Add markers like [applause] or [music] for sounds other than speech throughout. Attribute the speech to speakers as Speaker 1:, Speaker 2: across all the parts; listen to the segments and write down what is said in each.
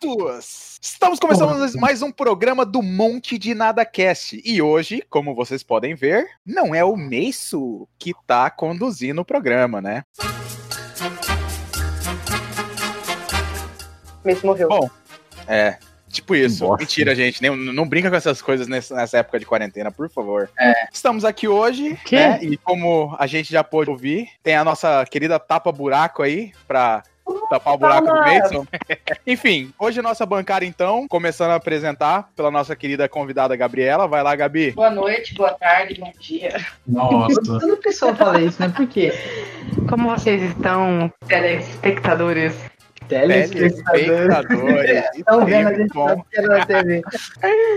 Speaker 1: pessoas! Estamos começando mais um programa do Monte de Nada Cast. E hoje, como vocês podem ver, não é o Meisso que tá conduzindo o programa, né?
Speaker 2: Mesmo morreu.
Speaker 1: Bom, É. Tipo isso.
Speaker 3: bosta.
Speaker 1: Mentira, gente. nem- não brinca com essas coisas nessa, nessa época de quarentena, por favor. Estamos aqui hoje,
Speaker 3: quê?
Speaker 1: né? E como a gente já pôde ouvir, tem a nossa querida tapa-buraco aí pra tapar o buraco do
Speaker 2: Fala!
Speaker 1: Mason. [laughs] Enfim, hoje a nossa bancada, então, começando a apresentar pela nossa querida convidada Gabriela. Vai lá, Gabi.
Speaker 4: Boa noite, boa tarde, bom dia.
Speaker 3: Nossa.
Speaker 5: Toda pessoa fala isso, né? Por quê?
Speaker 4: Como vocês estão, telespectadores?
Speaker 1: É.
Speaker 5: Telespectador.
Speaker 1: Telespectadores.
Speaker 4: [laughs]
Speaker 5: Estão vendo a
Speaker 1: Muito
Speaker 5: gente
Speaker 1: bom.
Speaker 5: na TV.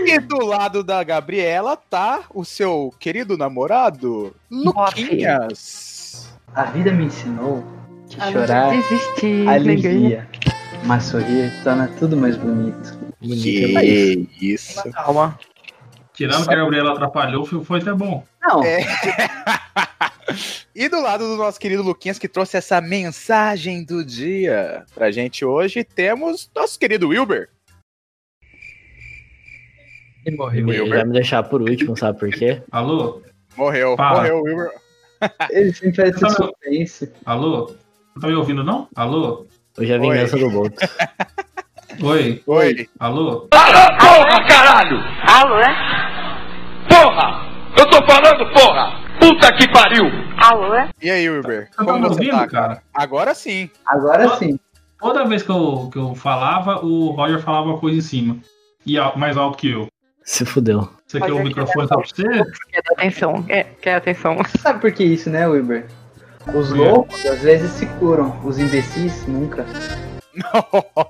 Speaker 1: E do lado da Gabriela tá o seu querido namorado, Luquinhas.
Speaker 5: A vida me ensinou que
Speaker 4: Ah,
Speaker 5: chorar,
Speaker 4: Desistir,
Speaker 5: alegria, mas sorrir torna tudo mais bonito. Tipo
Speaker 3: né?
Speaker 5: Bonito.
Speaker 1: Que isso.
Speaker 4: Calma.
Speaker 3: Tirando que a Gabriela atrapalhou, foi, foi até bom.
Speaker 5: Não,
Speaker 1: É. E do lado do nosso querido Luquinhas, que trouxe essa mensagem do dia pra gente hoje, temos nosso querido Wilber.
Speaker 6: Ele morreu.
Speaker 1: Morreu,
Speaker 6: Ele
Speaker 1: né?
Speaker 6: vai me deixar por último, sabe por quê?
Speaker 3: Alô?
Speaker 1: Morreu,
Speaker 3: Fala.
Speaker 1: morreu, Wilber.
Speaker 5: ele sempre faz esse
Speaker 3: Não, não.
Speaker 5: suspense.
Speaker 3: Alô? Não tá me ouvindo, não? Alô?
Speaker 6: Hoje é a
Speaker 1: Oi.
Speaker 6: vingança do Bolt.
Speaker 3: Oi?
Speaker 1: Oi.
Speaker 3: Alô?
Speaker 7: Porra, caralho!
Speaker 4: Alô, é?
Speaker 7: Porra! Eu tô falando, porra! Puta que pariu!
Speaker 4: Alô, é?
Speaker 1: E aí, Wilber?
Speaker 3: Você tá me
Speaker 1: Como você
Speaker 3: ouvindo,
Speaker 1: tá?
Speaker 3: cara?
Speaker 1: Agora sim.
Speaker 5: Agora
Speaker 3: Não.
Speaker 5: sim.
Speaker 3: Toda vez que eu, que eu falava, o Roger falava uma coisa em cima. E al- mais alto que eu.
Speaker 6: Se fudeu.
Speaker 3: Você quer o
Speaker 4: Roger,
Speaker 3: microfone tá pra você?
Speaker 4: Quer atenção, quer, quer atenção.
Speaker 5: Sabe por que isso, né, Wilber? Os loucos às vezes se curam, os imbecis nunca.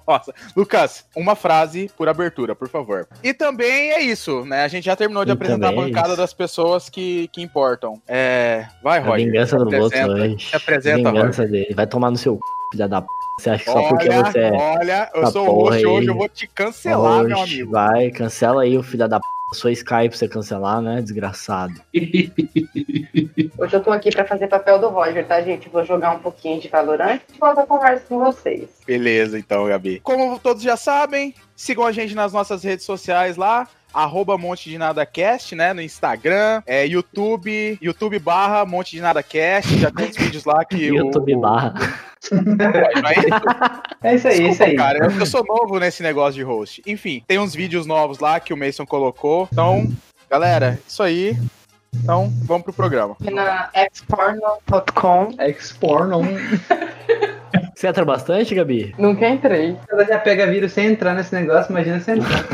Speaker 1: Nossa. Lucas, uma frase por abertura, por favor. E também é isso, né? A gente já terminou de
Speaker 6: E
Speaker 1: apresentar a
Speaker 6: também é
Speaker 1: bancada
Speaker 6: isso.
Speaker 1: das pessoas que, que importam. É. Vai,
Speaker 6: a
Speaker 1: Roger.
Speaker 6: vingança do né? Bolt
Speaker 1: apresenta.
Speaker 6: hoje.
Speaker 1: se apresenta,
Speaker 6: vingança dele. Vai tomar no seu c, filha da p. Você acha que só porque
Speaker 1: Olha,
Speaker 6: você é.
Speaker 1: olha, eu
Speaker 6: essa
Speaker 1: sou o
Speaker 6: porra
Speaker 1: host
Speaker 6: aí.
Speaker 1: hoje, eu vou te cancelar, meu
Speaker 6: Oxe,
Speaker 1: amigo.
Speaker 6: Vai, cancela aí o filha da p. Sua Skype pra você cancelar, né? Desgraçado.
Speaker 2: Hoje eu tô aqui pra fazer papel do Roger, tá, gente? Vou jogar um pouquinho de Valorant e volto a conversa com vocês.
Speaker 1: Beleza, então, Gabi. Como todos já sabem, sigam a gente nas nossas redes sociais lá. Arroba Monte de Nada Cast, né? No Instagram, é YouTube, YouTube barra Monte de Nada Cast. Já tem os vídeos lá que o-
Speaker 6: [laughs] YouTube barra.
Speaker 1: Ué, não é isso?
Speaker 5: É isso aí, é isso
Speaker 1: Desculpa,
Speaker 5: aí.
Speaker 1: cara, eu- eu sou novo nesse negócio de host. Enfim, tem uns vídeos novos lá que o Mason colocou. Então, galera, isso aí. Então, vamos pro programa.
Speaker 4: Na xporno.com.
Speaker 5: Exporno.
Speaker 6: Você entra bastante, Gabi?
Speaker 4: Nunca entrei.
Speaker 5: Ela já pega vírus sem entrar nesse negócio, imagina sem entrar.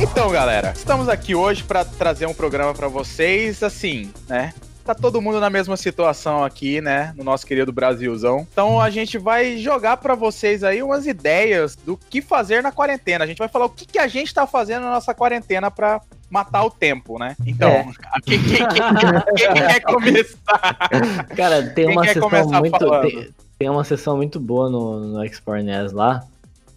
Speaker 1: Então, galera, estamos aqui hoje para trazer um programa para vocês, assim, né? Tá todo mundo na mesma situação aqui, né, no nosso querido Brasilzão. Então a gente vai jogar para vocês aí umas ideias do que fazer na quarentena. A gente vai falar o que, que a gente tá fazendo na nossa quarentena para matar o tempo, né? Então,
Speaker 5: É.
Speaker 1: [laughs] quem, quem- quem- quem que quer começar?
Speaker 6: Cara, tem
Speaker 1: Quem
Speaker 6: uma
Speaker 1: quer
Speaker 6: sessão
Speaker 1: começar
Speaker 6: muito.
Speaker 1: falando?
Speaker 6: Tem, tem uma sessão muito boa no, no Xpornes lá.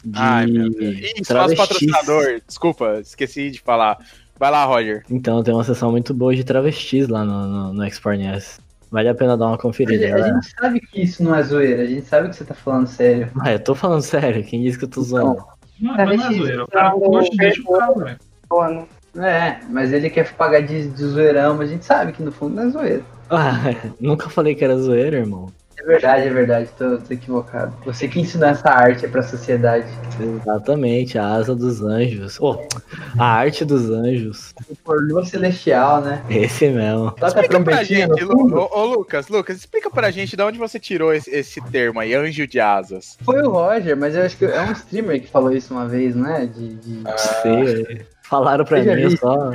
Speaker 6: De
Speaker 1: Ai, meu Deus. Isso, nosso
Speaker 6: travestis.
Speaker 1: patrocinador. Desculpa, esqueci de falar. Vai lá, Roger.
Speaker 6: Então, tem uma sessão muito boa de travestis lá no, no, no Xpornes. Vale a pena dar uma conferida, é
Speaker 5: A
Speaker 6: galera.
Speaker 5: gente sabe que isso não é zoeira, a gente sabe que você tá falando sério.
Speaker 6: Ah, eu tô falando sério, quem disse que eu tô
Speaker 5: Então.
Speaker 6: zoando?
Speaker 3: Não, mas não é zoeira. O cara curte, deixa o cara, velho.
Speaker 2: Mano,
Speaker 5: É, mas ele quer pagar de, de zoeirão, mas a gente sabe que no fundo não é zoeira.
Speaker 6: Ah, [laughs] nunca falei que era zoeira, irmão.
Speaker 5: É verdade, é verdade, tô, tô equivocado. Você que ensinou essa arte pra sociedade.
Speaker 6: Exatamente, a asa dos anjos. Oh, a arte dos anjos.
Speaker 5: O pornô celestial, né?
Speaker 6: Esse mesmo.
Speaker 5: Toca a
Speaker 1: Explica pra
Speaker 5: trompetinha é no
Speaker 1: gente, Lu,
Speaker 5: fundo.
Speaker 1: ô, ô, Lucas, Lucas, explica pra gente de onde você tirou esse, esse termo aí, anjo de asas.
Speaker 5: Foi o Roger, mas eu acho que é um streamer que falou isso uma vez, né? De, de-
Speaker 6: Não sei, velho. falaram pra
Speaker 5: Eu Ah, já
Speaker 6: mim, eu
Speaker 5: vi
Speaker 6: só.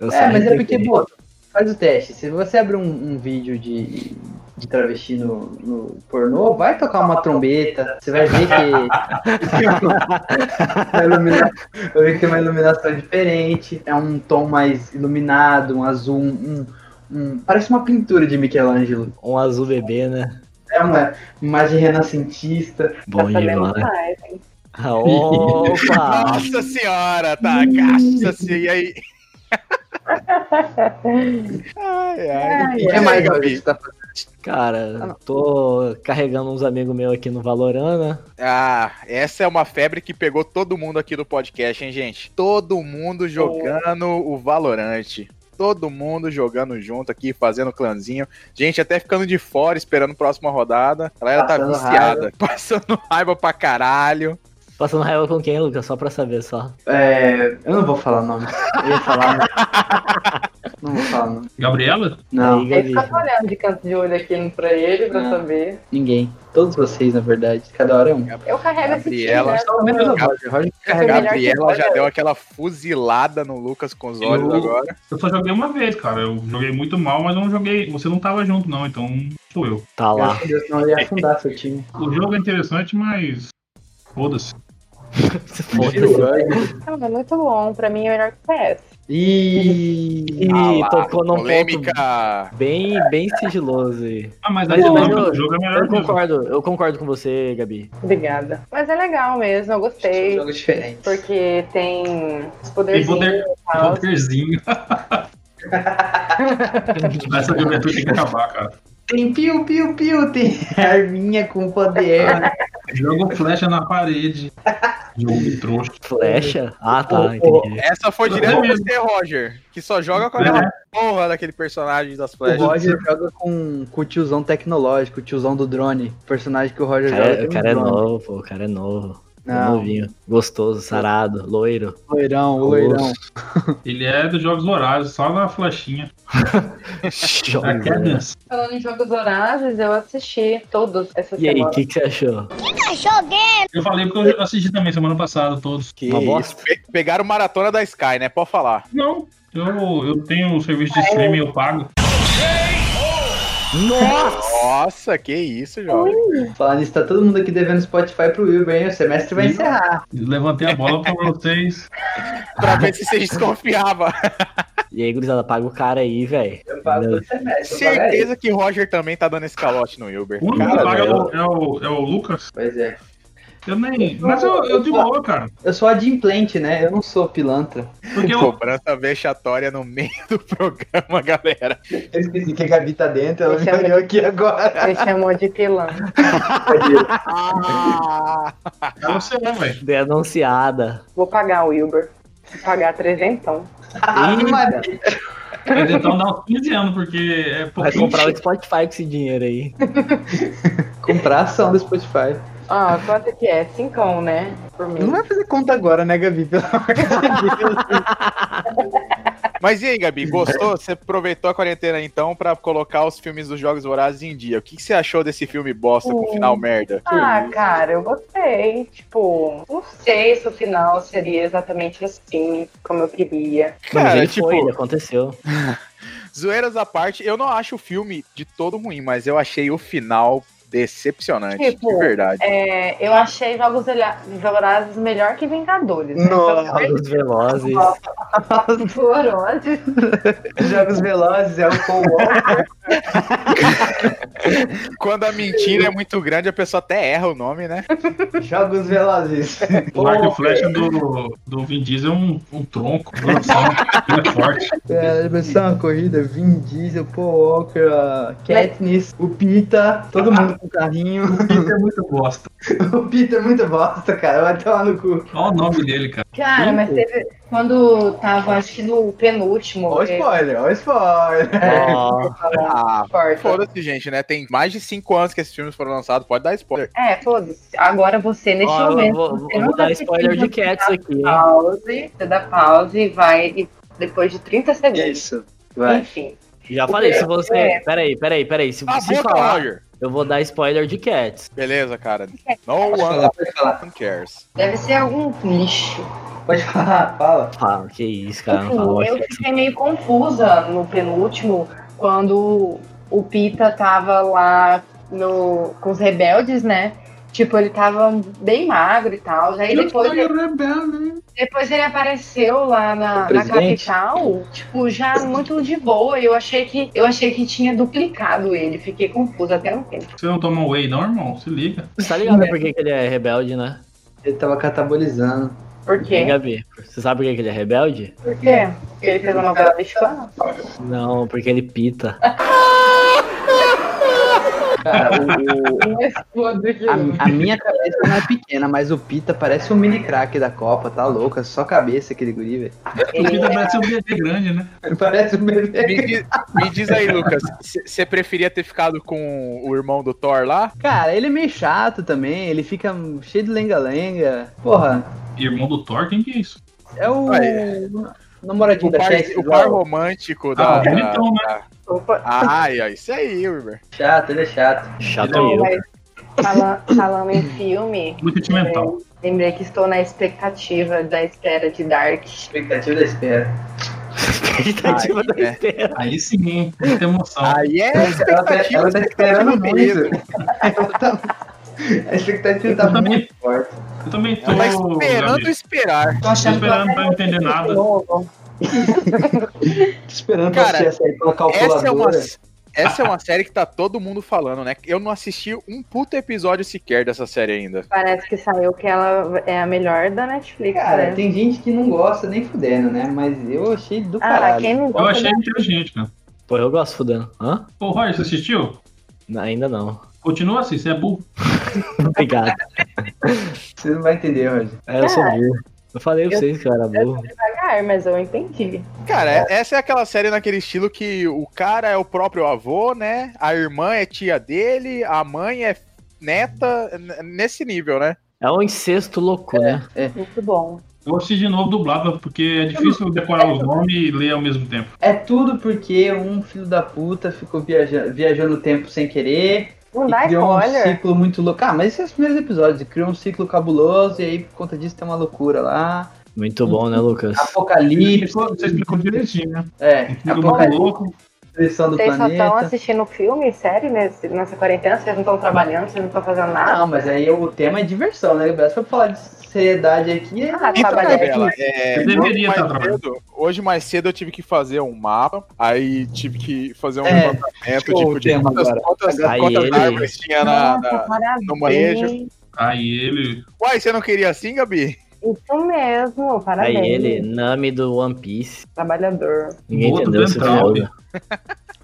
Speaker 6: Eu só
Speaker 5: É, mas é porque,
Speaker 6: repliquei.
Speaker 5: pô, faz o teste. Se você abrir um, um vídeo de, de travesti no, no pornô, vai tocar uma trombeta. Você vai ver que. vai iluminar- vai ver que tem uma iluminação diferente. É um tom mais iluminado, um azul, um. um- parece uma pintura de Michelangelo.
Speaker 6: Um azul bebê, né?
Speaker 5: É uma imagem renascentista.
Speaker 6: Bom
Speaker 2: tá sabendo
Speaker 6: demais. Ah,
Speaker 2: mais. hein?
Speaker 5: [laughs]
Speaker 6: Opa!
Speaker 1: Nossa senhora, tá. Caça se e aí. ai, ai.
Speaker 5: E o que mais,
Speaker 1: Gabi?
Speaker 5: Gabi, você tá fazendo? Ah,
Speaker 6: Cara, tô carregando uns amigos meus aqui no né? Valorana.
Speaker 1: Ah, essa é uma febre que pegou todo mundo aqui do podcast, hein, gente? Todo mundo jogando o Valorant. Todo mundo jogando junto aqui, fazendo clãzinho. Gente até ficando de fora, esperando a próxima rodada. A galera
Speaker 5: Passando
Speaker 1: tá viciada. [laughs] Passando raiva pra caralho.
Speaker 6: Passando raiva com quem, Lucas? Só pra saber só.
Speaker 5: É, eu não vou falar nome. Eu ia falar
Speaker 1: [laughs]
Speaker 5: nome. Não vou falar nome.
Speaker 3: Gabriela?
Speaker 5: Não,
Speaker 6: Aí,
Speaker 4: Ele
Speaker 6: Gabi,
Speaker 4: fica olhando de canto de olho aqui pra ele, pra
Speaker 5: Não.
Speaker 4: saber.
Speaker 5: ninguém. Todos vocês, na verdade. Cada hora é um.
Speaker 4: Eu carrego esse time,
Speaker 1: Gabriela,
Speaker 4: né?
Speaker 5: Só o menos o Roger. O Roger
Speaker 4: melhor
Speaker 5: carregado.
Speaker 1: Gabriela
Speaker 4: que
Speaker 1: já
Speaker 4: olha.
Speaker 1: deu aquela fuzilada no Lucas com os olhos
Speaker 3: Eu-
Speaker 1: agora.
Speaker 3: Eu só joguei uma vez, cara. Eu joguei muito mal, mas eu não joguei. Você não tava junto, não, então sou eu.
Speaker 5: [laughs]
Speaker 6: tá lá.
Speaker 5: Graças a Deus, senão eu ia afundar seu time.
Speaker 3: O jogo é interessante, mas. Foda-se.
Speaker 6: Foda-se.
Speaker 4: Não, mas é muito bom. Pra mim é melhor que o PS.
Speaker 5: E.
Speaker 1: Ah
Speaker 6: Ih,
Speaker 1: lá,
Speaker 6: tocou num
Speaker 1: Polêmica.
Speaker 6: ponto bem, bem sigiloso. aí.
Speaker 3: Ah, mas a
Speaker 6: Mas eu-
Speaker 3: dinâmica do
Speaker 6: eu-
Speaker 3: jogo é melhor
Speaker 6: Eu
Speaker 3: mesmo.
Speaker 6: concordo, eu concordo com você, Gabi.
Speaker 4: Obrigada. Mas é legal mesmo, eu
Speaker 5: São
Speaker 4: gostei.
Speaker 5: jogos diferentes.
Speaker 4: Porque tem os
Speaker 3: Tem
Speaker 4: poderzinhos
Speaker 3: poder,
Speaker 4: e tal.
Speaker 3: poderzinho. Essa juventude tem que acabar, cara.
Speaker 5: Tem piu-piu-piu, tem [laughs] arminha com poder.
Speaker 3: Jogo flecha na parede. Jogo trouxa.
Speaker 6: Flecha? Ah, tá,
Speaker 5: Ô, ô,
Speaker 6: entendi.
Speaker 1: Essa foi
Speaker 3: Não,
Speaker 1: direto
Speaker 3: é
Speaker 1: pra
Speaker 3: mesmo.
Speaker 1: você, Roger. Que só joga com aquela porra daquele personagem das
Speaker 5: [laughs] O
Speaker 1: flechas.
Speaker 5: Roger joga com, com o tiozão tecnológico, o tiozão do drone. O personagem que o Roger joga. tem
Speaker 6: Cara, o
Speaker 5: um
Speaker 6: cara é
Speaker 5: drone.
Speaker 6: novo, pô, o cara é novo. É
Speaker 5: Não,
Speaker 6: Novinho, gostoso, sarado, loiro.
Speaker 5: loirão, o loirão.
Speaker 3: Ele é dos jogos horários, só na flechinha. É A
Speaker 6: Jovem, né?
Speaker 3: Cadence.
Speaker 4: Falando em jogos horazes, eu assisti todos essa
Speaker 6: E aí, o
Speaker 4: semana.
Speaker 6: que, que você achou?
Speaker 3: Eu falei porque eu assisti também semana passada todos.
Speaker 1: Que
Speaker 6: Uma
Speaker 1: isso,
Speaker 6: bosta?
Speaker 1: pe- Pegaram maratona da Sky, né? Pode falar.
Speaker 3: Não, eu, eu tenho o serviço de streaming, eu pago.
Speaker 6: Nossa!
Speaker 1: Nossa, que isso, jovem.
Speaker 5: Falando nisso, tá todo mundo aqui devendo Spotify pro Wilber, hein? O semestre vai
Speaker 3: Ih.
Speaker 5: encerrar.
Speaker 3: Levantei a bola pra vocês.
Speaker 1: Pra ver se você desconfiava.
Speaker 6: E aí, gurizada, paga o cara aí, velho.
Speaker 5: Eu pago todo semestre. eu é pago aí.
Speaker 1: Certeza que Roger também tá dando esse calote no Uber.
Speaker 3: O único que
Speaker 1: Cara,
Speaker 3: paga é
Speaker 1: velho.
Speaker 3: o, é, o, é o Lucas.
Speaker 5: Pois é.
Speaker 3: Eu nem. Mas eu, eu de boa, cara.
Speaker 5: Eu sou adimplente, né? Eu não sou pilantra.
Speaker 3: Porque eu,
Speaker 1: Cobrança vexatória no meio do [laughs] programa, galera.
Speaker 5: Eu esqueci que a Gabi tá dentro, ela me
Speaker 4: Esse é o-
Speaker 5: olhou aqui agora.
Speaker 4: Ele chamou de pilantra.
Speaker 3: eu sei, velho.
Speaker 6: Denunciada.
Speaker 4: Vou pagar o Wilber. Vou pagar trezentão.
Speaker 5: Ih,
Speaker 3: Mas Então dá uns 15 anos, porque é
Speaker 6: Vai
Speaker 3: pouquinho.
Speaker 6: comprar o Spotify com esse dinheiro aí.
Speaker 5: Comprar ação do Spotify.
Speaker 4: Ah, quanto que é? Cincão, né? Por mim.
Speaker 5: Não vai fazer conta agora, né, Gabi? Pelo amor de Deus.
Speaker 1: Mas e aí, Gabi, gostou? Você aproveitou a quarentena então pra colocar os filmes dos Jogos Vorazes em dia. O que, que você achou desse filme bosta com
Speaker 4: Hum.
Speaker 1: final merda?
Speaker 4: Ah, cara, eu gostei. Tipo, não sei se o final seria exatamente assim como eu queria.
Speaker 6: Mas
Speaker 1: Cara,
Speaker 6: ele
Speaker 1: tipo,
Speaker 6: foi, ele aconteceu.
Speaker 1: zoeiras à parte, eu não acho o filme de todo ruim, mas eu achei o final decepcionante,
Speaker 4: Tipo,
Speaker 1: de verdade.
Speaker 4: É, eu achei Jogos Olha- Vorazes melhor que Vingadores. né?
Speaker 5: Nossa.
Speaker 6: Jogos velozes.
Speaker 4: Jogos Vorazes.
Speaker 5: Jogos Velozes é o Paul Walker.
Speaker 1: Quando a mentira é muito grande, a pessoa até erra o nome, né?
Speaker 5: Jogos Velozes.
Speaker 3: O arco e flecha do, do Vin Diesel é um, um tronco. [laughs] Lanção, ele é forte.
Speaker 5: É, vai ser uma corrida, Vin Diesel, Paul Walker, a Katniss, o Pita, todo mundo com carrinho.
Speaker 3: Isso é muito bosta.
Speaker 5: O Pita é muito bosta, cara, vai tomar no
Speaker 4: É.
Speaker 5: cu.
Speaker 3: Olha o nome dele, cara.
Speaker 4: Cara, mas teve. Quando tava, acho que no penúltimo.
Speaker 5: Ó o
Speaker 4: é,
Speaker 5: spoiler, ó o spoiler.
Speaker 6: Ó,
Speaker 1: Ah,
Speaker 4: corta.
Speaker 1: foda-se, gente, né? Tem mais de cinco anos que esses filmes foram lançados, pode dar spoiler.
Speaker 4: É, foda-se. Agora você, neste
Speaker 6: ó, eu
Speaker 4: momento.
Speaker 6: vou,
Speaker 4: você
Speaker 6: eu
Speaker 4: não
Speaker 6: vou dar
Speaker 4: assistiu
Speaker 6: spoiler de Cats aqui, hein?
Speaker 4: pause, você dá pause e vai e depois de 30 segundos.
Speaker 5: É Isso, vai.
Speaker 4: Enfim.
Speaker 6: Já falei, se você. Peraí, peraí, peraí. Se
Speaker 1: Ah,
Speaker 6: você
Speaker 1: boca,
Speaker 6: falar,
Speaker 1: Roger!
Speaker 6: eu vou dar spoiler de Cats.
Speaker 1: Beleza, cara. No
Speaker 5: Pode
Speaker 1: one
Speaker 5: falar, pode falar.
Speaker 1: fucking cares.
Speaker 4: Deve ser algum lixo.
Speaker 5: Pode falar, fala.
Speaker 6: Ah, que isso, cara. Não
Speaker 4: Enfim,
Speaker 6: fala
Speaker 4: Uhum. eu
Speaker 6: bosta.
Speaker 4: fiquei meio confusa no penúltimo, quando o Pita tava lá no, com os rebeldes, né? Tipo, ele tava bem magro e tal. Aí depois,
Speaker 3: Eu sou rebelde.
Speaker 4: depois ele apareceu lá na, na
Speaker 5: Presidente?
Speaker 4: capital, tipo, já muito de boa. Eu achei que eu achei que tinha duplicado ele. Fiquei confusa até um tempo.
Speaker 3: Você não toma whey, não, irmão? Se liga.
Speaker 6: Você tá ligado por que que ele é rebelde, né?
Speaker 5: Ele tava catabolizando.
Speaker 2: Por
Speaker 6: Hein,
Speaker 2: quê?
Speaker 6: Gabi? Você sabe por que que ele é rebelde?
Speaker 2: Por quê? Porque ele fez a novela mexicana?
Speaker 6: Não, porque ele pita.
Speaker 5: Cara, o-
Speaker 1: [laughs]
Speaker 5: o-
Speaker 4: Mas
Speaker 3: Ah,
Speaker 4: foda-se.
Speaker 5: a, a minha cabeça não é pequena, mas o Pita parece um mini craque da Copa, tá louco? É só cabeça aquele guri, velho.
Speaker 4: É.
Speaker 3: O Pita
Speaker 2: é
Speaker 3: parece um bebê grande, né?
Speaker 5: Parece um bebê.
Speaker 1: Me diz, me diz aí, Lucas, você preferia ter ficado com o irmão do Thor lá?
Speaker 5: Cara, ele é meio chato também, ele fica cheio de lenga-lenga. Porra,
Speaker 3: Irmão do Thor, quem que é isso?
Speaker 5: é o.
Speaker 1: Ah,
Speaker 5: Namoradinho
Speaker 1: O
Speaker 5: da
Speaker 1: par,
Speaker 5: Chester,
Speaker 1: o par romântico da.
Speaker 3: Ah,
Speaker 5: um
Speaker 3: bonitão, né?
Speaker 2: Opa.
Speaker 1: Ai, ó, isso aí, Wilber.
Speaker 5: [laughs] Chato, ele é chato.
Speaker 6: Chato
Speaker 3: Não,
Speaker 6: eu.
Speaker 4: mas-
Speaker 2: Fala- falando em filme, é,
Speaker 3: Muito sentimental.
Speaker 2: lembrei que estou na expectativa da espera de Dark.
Speaker 5: Expectativa da espera. tá
Speaker 6: Expectativa
Speaker 1: Ai,
Speaker 6: da
Speaker 1: né?
Speaker 6: Estela.
Speaker 3: Aí sim, hein? muita emoção.
Speaker 1: Aí é
Speaker 5: Ela tá,
Speaker 1: expectativa.
Speaker 5: ela tá esperando
Speaker 1: mesmo.
Speaker 5: muito. Ela tá- A expectativa tá
Speaker 3: Eu
Speaker 5: muito
Speaker 3: também,
Speaker 5: forte.
Speaker 3: eu também tô.
Speaker 1: Ela tá esperando
Speaker 3: Gabi.
Speaker 1: esperar.
Speaker 4: Tô
Speaker 3: Tô
Speaker 4: achando que
Speaker 3: esperando pra não entender
Speaker 2: De
Speaker 3: nada.
Speaker 2: novo.
Speaker 5: Esperando
Speaker 1: Cara,
Speaker 5: você sair pela
Speaker 1: Essa é, uma,
Speaker 5: calculadora.
Speaker 1: essa é uma série que tá todo mundo falando, né? Eu não assisti um puto episódio sequer dessa série ainda.
Speaker 2: Parece que saiu que ela é a melhor da Netflix.
Speaker 5: Cara,
Speaker 2: né?
Speaker 5: tem gente que não gosta nem fudendo, né? Mas eu achei do
Speaker 2: Ah,
Speaker 5: caralho.
Speaker 2: quem não
Speaker 3: Eu
Speaker 2: gosta
Speaker 3: achei inteligente, cara.
Speaker 6: Pô, eu gosto fudendo. Hã?
Speaker 3: Ô, Roy, você assistiu?
Speaker 6: Não, Ainda não. [laughs]
Speaker 3: Continua assim, você é burro.
Speaker 6: Obrigado.
Speaker 5: Você não vai entender, Roger.
Speaker 6: É, eu sou burro. Eu falei pra
Speaker 2: Eu-
Speaker 6: vocês que eu era burro.
Speaker 2: devagar, mas eu entendi.
Speaker 1: Cara, é- essa é aquela série naquele estilo que o cara é o próprio avô, né? A irmã é tia dele, a mãe é neta, n- nesse nível, né?
Speaker 6: É um incesto louco, né?
Speaker 2: Muito bom.
Speaker 3: Eu assisti de novo dublado, porque é difícil decorar os nomes e ler ao mesmo tempo.
Speaker 5: É tudo porque um filho da puta ficou viajando, viajou no tempo sem querer.
Speaker 2: Não
Speaker 5: e
Speaker 2: dá
Speaker 5: criou um
Speaker 2: spoiler.
Speaker 5: ciclo muito louco. Ah, mas esses são os primeiros episódios. e Criou um ciclo cabuloso e aí por conta disso tem uma loucura lá.
Speaker 6: Muito bom, né, Lucas?
Speaker 5: Tá
Speaker 3: Você [laughs]
Speaker 5: Apocalipse.
Speaker 3: explicou, você explicou direitinho, né?
Speaker 5: É,
Speaker 3: Fica muito
Speaker 5: apocalipse,
Speaker 3: louco.
Speaker 5: destruição do
Speaker 2: Vocês só assim. estão
Speaker 5: planeta.
Speaker 2: assistindo filme, série, nesse, nessa quarentena? Vocês não estão trabalhando, vocês não estão fazendo nada?
Speaker 5: Ah, Não, mas aí o tema é diversão, né? Se for falar de seriedade aqui, é
Speaker 2: Ah,
Speaker 1: Então,
Speaker 2: trabalhar
Speaker 1: Gabriela,
Speaker 2: aqui.
Speaker 1: é,
Speaker 3: Eu deveria
Speaker 1: hoje
Speaker 3: estar
Speaker 1: mais
Speaker 3: trabalhando.
Speaker 1: cedo, hoje mais cedo eu tive que fazer um mapa, aí tive que fazer um
Speaker 5: É,
Speaker 1: levantamento
Speaker 5: show
Speaker 1: tipo,
Speaker 5: o
Speaker 1: de
Speaker 5: tema
Speaker 1: quantas,
Speaker 5: agora.
Speaker 1: quantas,
Speaker 6: Aí
Speaker 1: quantas
Speaker 6: ele-
Speaker 1: árvores tinha na,
Speaker 2: Nossa,
Speaker 1: na-
Speaker 2: parabéns.
Speaker 1: no manejo.
Speaker 3: Aí tá? ele.
Speaker 1: Uai, você não queria assim, Gabi?
Speaker 2: Isso mesmo,
Speaker 6: Aí
Speaker 2: parabéns.
Speaker 6: É ele, Nami do One Piece.
Speaker 2: Trabalhador.
Speaker 6: Ninguém
Speaker 3: Boto
Speaker 6: entendeu esse
Speaker 3: dental,
Speaker 6: jogo.
Speaker 3: velho.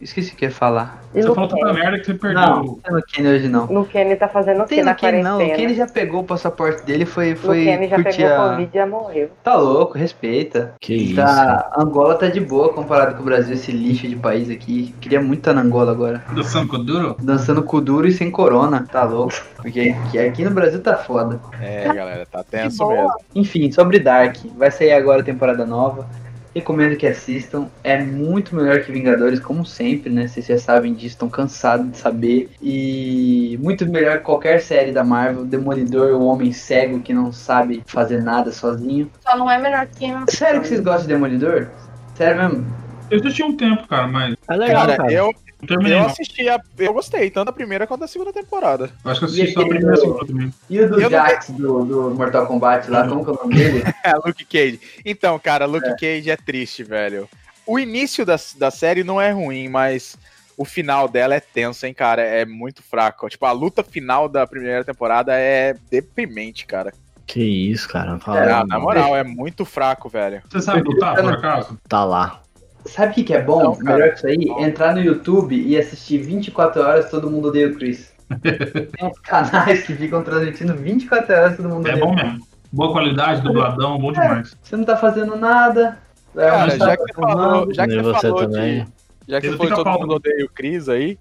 Speaker 5: Esqueci o que eu ia falar.
Speaker 2: E
Speaker 3: Você
Speaker 2: no
Speaker 3: falou tanta merda que você perdeu.
Speaker 5: Não, não tem no Kenny hoje não.
Speaker 2: No Kenny tá fazendo o
Speaker 5: Não
Speaker 2: que
Speaker 5: tem
Speaker 2: na
Speaker 5: no Kenny não. O Kenny
Speaker 2: quarentena?
Speaker 5: já pegou o passaporte dele foi,
Speaker 2: No
Speaker 5: foi
Speaker 2: Kenny já
Speaker 5: curtir
Speaker 2: pegou
Speaker 5: a...
Speaker 2: Covid e já morreu.
Speaker 5: Tá louco, respeita.
Speaker 6: Que isso.
Speaker 5: Tá, Angola tá de boa comparado com o Brasil, esse lixo de país aqui. Queria muito estar na Angola agora.
Speaker 3: Do Sancoduro?
Speaker 5: Dançando com duro e sem corona. Tá louco. Porque aqui, aqui no Brasil tá foda.
Speaker 1: É, galera, tá tenso
Speaker 2: boa.
Speaker 1: mesmo.
Speaker 5: Enfim, sobre Dark. Vai sair agora a temporada nova. Recomendo que assistam. É muito melhor que Vingadores, como sempre, né? Vocês já sabem disso, estão cansados de saber. E muito melhor que qualquer série da Marvel. Demolidor, o homem cego que não sabe fazer nada sozinho.
Speaker 2: Só não é melhor que
Speaker 5: Sério que vocês gostam de Demolidor? Sério mesmo?
Speaker 3: Eu assisti um tempo, cara, mas
Speaker 6: É legal, cara.
Speaker 1: Cara, eu,
Speaker 3: não terminei.
Speaker 1: eu
Speaker 3: não.
Speaker 1: assisti, a, eu gostei, tanto da primeira quanto da segunda temporada.
Speaker 3: Eu acho que eu assisti
Speaker 5: E
Speaker 3: só a
Speaker 5: aquele
Speaker 3: primeira e a
Speaker 5: do-
Speaker 3: segunda também.
Speaker 5: E o do
Speaker 1: Eu não
Speaker 5: Jax do, do Mortal Kombat lá, como que é o nome dele?
Speaker 1: É, [laughs] Luke Cage. Então, cara, Luke Cage é triste, velho. O início da, da série não é ruim, mas o final dela é tenso, hein, cara? É muito fraco. Tipo, a luta final da primeira temporada é deprimente, cara.
Speaker 6: Que isso, cara. Fala,
Speaker 5: É,
Speaker 1: Na- na moral, é muito fraco, velho.
Speaker 3: Você sabe lutar, por acaso?
Speaker 6: Tá lá.
Speaker 5: Sabe o que, que é bom?
Speaker 1: Não, cara.
Speaker 5: Melhor que isso aí?
Speaker 1: Não.
Speaker 5: Entrar no YouTube e assistir 24 horas Todo Mundo Odeia o Chris. Tem uns canais que ficam transmitindo 24 horas Todo Mundo
Speaker 3: É
Speaker 5: Odeia o
Speaker 3: bom
Speaker 5: Chris.
Speaker 3: mesmo. Boa qualidade, dubladão, bom demais.
Speaker 5: Você não tá fazendo nada. vai
Speaker 1: Cara, já
Speaker 5: almoçar, tá
Speaker 1: que você
Speaker 5: vai tomar.
Speaker 1: falou, já que
Speaker 6: Nem
Speaker 1: você
Speaker 6: você
Speaker 1: falou
Speaker 6: também.
Speaker 1: de. Já que
Speaker 3: Ele
Speaker 1: você falou de
Speaker 3: fica
Speaker 1: todo
Speaker 3: pau,
Speaker 1: mundo
Speaker 3: né?
Speaker 1: odeia o Chris aí.